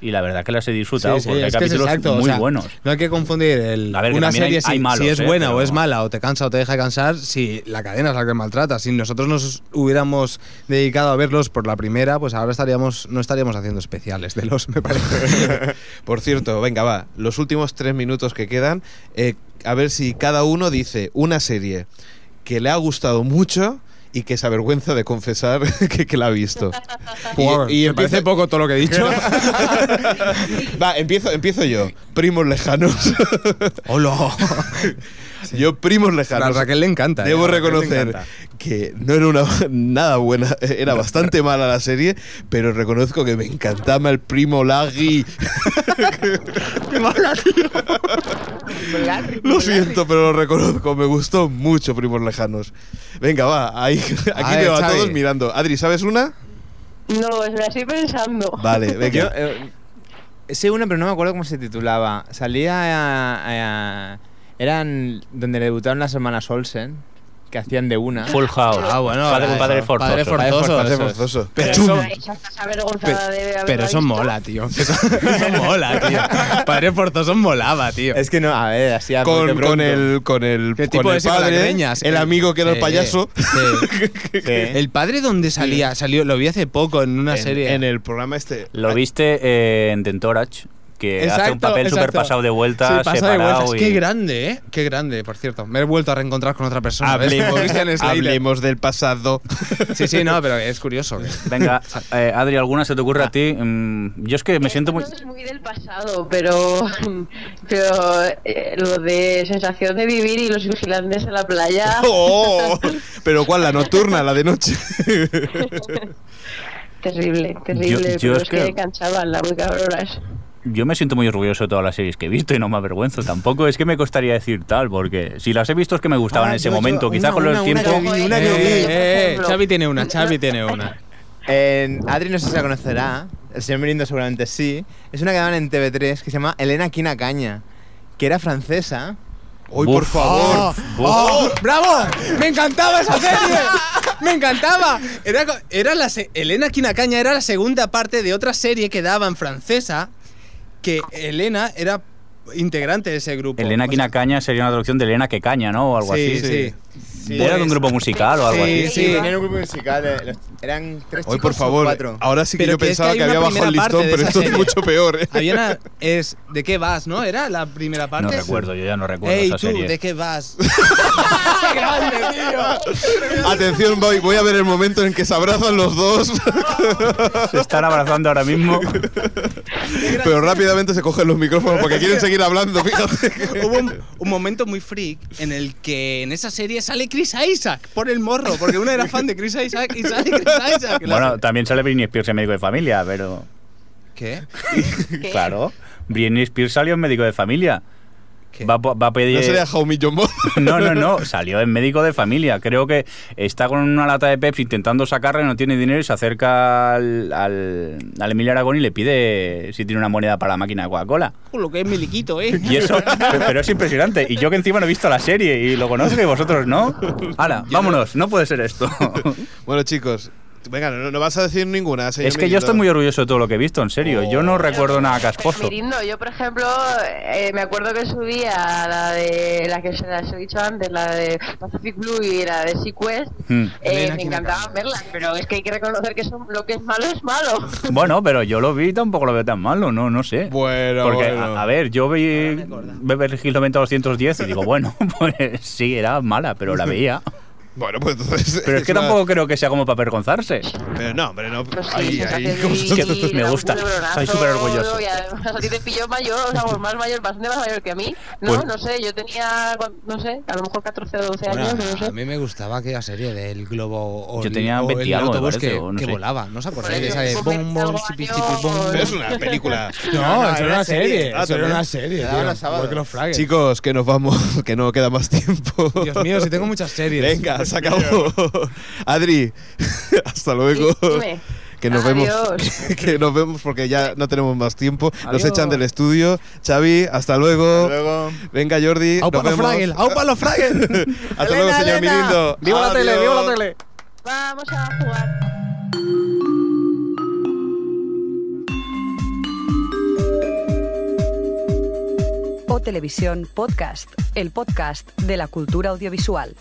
S2: Y la verdad que las he disfrutado,
S5: Sí, sí,
S2: porque hay
S5: es que es
S2: capítulos
S5: exacto, o
S2: muy
S5: sea,
S2: buenos.
S5: No hay que confundir el,
S2: A ver, que
S5: una
S2: también hay-
S5: serie si,
S2: hay malos,
S5: si es
S2: eh,
S5: buena
S2: pero-
S5: o es mala o te cansa o te deja cansar, si la cadena es la que maltrata. Si nosotros nos hubiéramos dedicado a verlos por la primera, pues ahora estaríamos no estaríamos haciendo especiales de los, me parece.
S1: Por cierto, venga, va. Los últimos tres minutos que quedan, eh, a ver si cada uno dice una serie que le ha gustado mucho y que se avergüenza de confesar que, que la ha visto.
S5: Por-
S1: y
S5: me
S1: empieza-
S5: parece poco todo lo que he dicho.
S1: Va, empiezo, empiezo yo. Primos lejanos.
S5: Hola.
S1: Yo, primos
S5: A
S1: lejanos.
S5: Raquel le encanta. eh,
S1: Debo
S5: a Raquel le
S1: reconocer
S5: encanta.
S1: que no era una, nada buena, era bastante mala la serie, pero reconozco que me encantaba el primo Laggy. Lo siento, pero lo reconozco, me gustó mucho Primos Lejanos. Venga, va, ahí- aquí
S5: ver,
S1: veo a
S5: Xavi.
S1: todos mirando. Adri, ¿sabes una?
S4: No, me la estoy pensando.
S1: Vale, venga.
S3: Yo, eh, sé una, pero no me acuerdo cómo se titulaba. Salía. eh, eh, eran donde debutaron las hermanas Olsen, que hacían de una.
S2: Full House.
S5: Ah, bueno,
S2: padre,
S5: eso,
S2: padre forzoso.
S5: padre forzoso.
S1: Forzoso,
S5: eso.
S1: forzoso.
S4: Pero
S5: Chum.
S4: eso- esa está avergonzada de haberla
S5: Pero eso
S4: visto.
S5: mola, tío. Eso, eso mola, tío. Padre forzoso molaba, tío.
S3: Es que no, a ver, así a bote
S1: Con,
S3: pronto.
S1: con el, con el,
S5: El
S1: con
S5: tipo
S1: el
S5: ese con las
S1: padre,
S5: greñas,
S1: el amigo que era el
S5: Sí,
S1: payaso.
S5: sí.
S3: Sí.
S5: El padre dónde salía, salió, lo vi hace poco en una serie.
S1: Eh, En, el programa este.
S2: Lo viste eh, en Dentorach, que hace un
S5: Exacto,
S2: papel
S5: exacto.
S2: súper pasado de vuelta,
S5: Sí, pasa de
S2: separado.
S5: vueltas.
S2: y-
S5: Qué grande, ¿eh? Qué grande, por cierto. Me he vuelto a reencontrar con otra persona. ¿ves? Con
S1: Hablemos,
S5: Christian Slater.
S1: hablemos del pasado.
S5: Sí, sí, no, pero es curioso. que-
S2: Venga, eh, Adri, ¿alguna se te ocurre a ti? Mm, yo es que me siento muy...
S4: Esto es muy del pasado, pero, pero eh, lo de sensación de vivir y los vigilantes en la playa.
S1: Oh, pero ¿cuál? La nocturna, la de noche.
S4: Terrible, terrible.
S2: yo
S4: pero
S2: es
S4: es,
S2: que-
S4: que, cansaban las muy cabronas.
S2: Yo me siento muy orgulloso de todas las series que he visto y no me avergüenzo tampoco. Es que me costaría decir tal, porque si las he visto es que me gustaban
S3: Ah,
S2: en ese
S3: yo- yo-
S2: momento.
S3: una,
S2: Quizás con
S3: una,
S2: el
S3: una
S2: tiempo...
S3: que vi, una que
S4: Eh,
S3: vi.
S4: por ejemplo.
S5: Xavi tiene una, Xavi tiene una.
S3: En- Adri no sé si la conocerá, el señor Mirindo seguramente sí. Es una que daban en TV3 que se llama Elena Quina Caña, que era francesa.
S1: Hoy,
S2: Buf.
S1: por favor.
S5: ¡Oh! ¡Bravo! ¡Me encantaba esa serie! ¡Me encantaba! Era, co- era la se- Elena Quinacaña era la segunda parte de otra serie que daban francesa que Elena era integrante de ese grupo.
S2: Elena
S3: Pues-
S5: O sea,
S2: Quinacaña sería una traducción de Elena Que Caña, ¿no? O algo
S5: Sí,
S2: así. Pues,
S5: sí.
S2: Era de un grupo musical o algo
S5: Sí,
S2: así.
S5: sí.
S3: tenían un grupo musical. eh, los- eran tres
S1: Hoy,
S3: chicos
S1: por favor.
S3: o cuatro.
S1: Ahora sí que
S5: Pero
S1: yo
S5: que es que
S1: pensaba
S5: hay
S1: que,
S5: una
S1: había bajado el
S5: primera parte
S1: listón,
S5: de
S1: pero
S5: esa
S1: esto es
S5: serie.
S1: mucho peor. ¿eh?
S5: Había una- es ¿De qué vas, no? Era la primera parte.
S2: No recuerdo, yo ya no recuerdo
S5: Ey,
S2: esa
S5: tú,
S2: serie.
S5: ¿de qué vas? ¡Qué grande, tío!
S1: Atención, voy, voy a ver el momento en que se abrazan los dos,
S2: Se están abrazando ahora mismo.
S1: pero rápidamente se cogen los micrófonos porque quieren seguir hablando, fíjate.
S5: Hubo un, un momento muy freak en el que en esa serie sale Chris Isaac por el morro, porque uno era fan de Chris Isaac y sale Chris Isaac.
S2: Bueno, también sale Britney Spears en médico de familia, pero.
S5: ¿Qué?
S4: ¿Qué?
S2: Claro. Britney Spears salió en médico de familia.
S5: ¿Qué?
S2: Va, a po- va a pedir.
S1: No sería Jaume Jumbo.
S2: no, no, no, salió en médico de familia. Creo que está con una lata de Pepsi intentando sacarla y no tiene dinero y se acerca al, al, al Emilio Aragón y le pide si tiene una moneda para la máquina de Coca-Cola.
S5: Lo que es miliquito, ¿eh?
S2: Y eso, pe- pero es impresionante. Y yo que encima no he visto la serie y lo conozco y vosotros no. Ahora, vámonos, no puede ser esto.
S1: Bueno, chicos, venga, no, no vas a decir ninguna, señor
S2: es que yo
S1: Mirindo.
S2: estoy muy orgulloso de todo lo que he visto, en serio. Yo no recuerdo nada casposo.
S4: Pero Pues Mirindo, yo por ejemplo, eh, me acuerdo que subía la de la que se las he dicho antes, la de Pacific Blue y la de Sequest.
S2: Hmm.
S4: Eh,
S5: Elena
S4: me encantaban verlas, pero es que hay que reconocer que eso- lo que es malo es malo.
S2: Bueno, pero yo lo vi y tampoco lo veo tan malo, no, no sé.
S1: Bueno,
S2: Porque,
S1: bueno.
S2: A, a ver, yo vi Beverly Hills 90210 y digo, bueno, pues sí, era mala, pero la veía.
S1: Bueno, pues entonces.
S2: Pero es que
S1: una-
S2: tampoco creo que sea como para avergonzarse.
S1: Pero no, hombre, no.
S4: No sé,
S1: Ahí,
S4: sensación
S1: ahí,
S4: de
S1: ¿cómo se-
S2: que
S4: vivir,
S2: me
S4: algún
S2: gusta.
S4: culebronazo,
S2: Soy superorgulloso.
S4: Y además a ti te pilló mayor, o sea, vos más mayor, bastante más mayor que a mí. No,
S2: Pues-
S4: no sé, yo tenía, cuan- no sé, a lo mejor 14 o 12 años, no
S5: a
S4: sé.
S5: mí me gustaba aquella serie del globo o
S2: Yo
S5: el-
S2: tenía
S5: o
S2: 20
S5: el
S2: algo, me
S5: autobús
S2: parece,
S5: que,
S2: o no
S5: que
S2: sé.
S5: volaba. ¿No os acordáis
S4: Por
S5: de esa de
S4: eso,
S5: bom, bom,
S4: como
S5: chipi,
S4: yo-
S5: chipi, bom?
S1: Pero es una película.
S3: No, eso era una serie,
S1: Ah, eso era también. una
S5: serie.
S3: La daban tío. los sábados. Igual que los
S1: Chicos, que nos vamos, que no queda más tiempo.
S5: Dios mío, si tengo muchas series.
S1: Venga,
S3: ya se acabó. Adri, hasta luego.
S4: Dime.
S3: Que nos
S4: Adiós.
S3: vemos. Que nos vemos porque ya no tenemos más tiempo. Nos
S7: Adiós.
S3: echan del estudio. Xavi, hasta luego.
S1: Luego.
S3: Venga, Jordi.
S5: ¡Aupa
S3: nos
S5: los
S3: vemos.
S5: Fragel! ¡Aupa los Fragel!
S3: Hasta luego, señor Mirindo.
S7: ¡Viva la tele! ¡Viva la tele!
S4: Vamos a jugar.
S6: O Televisión Podcast, el podcast de la cultura audiovisual.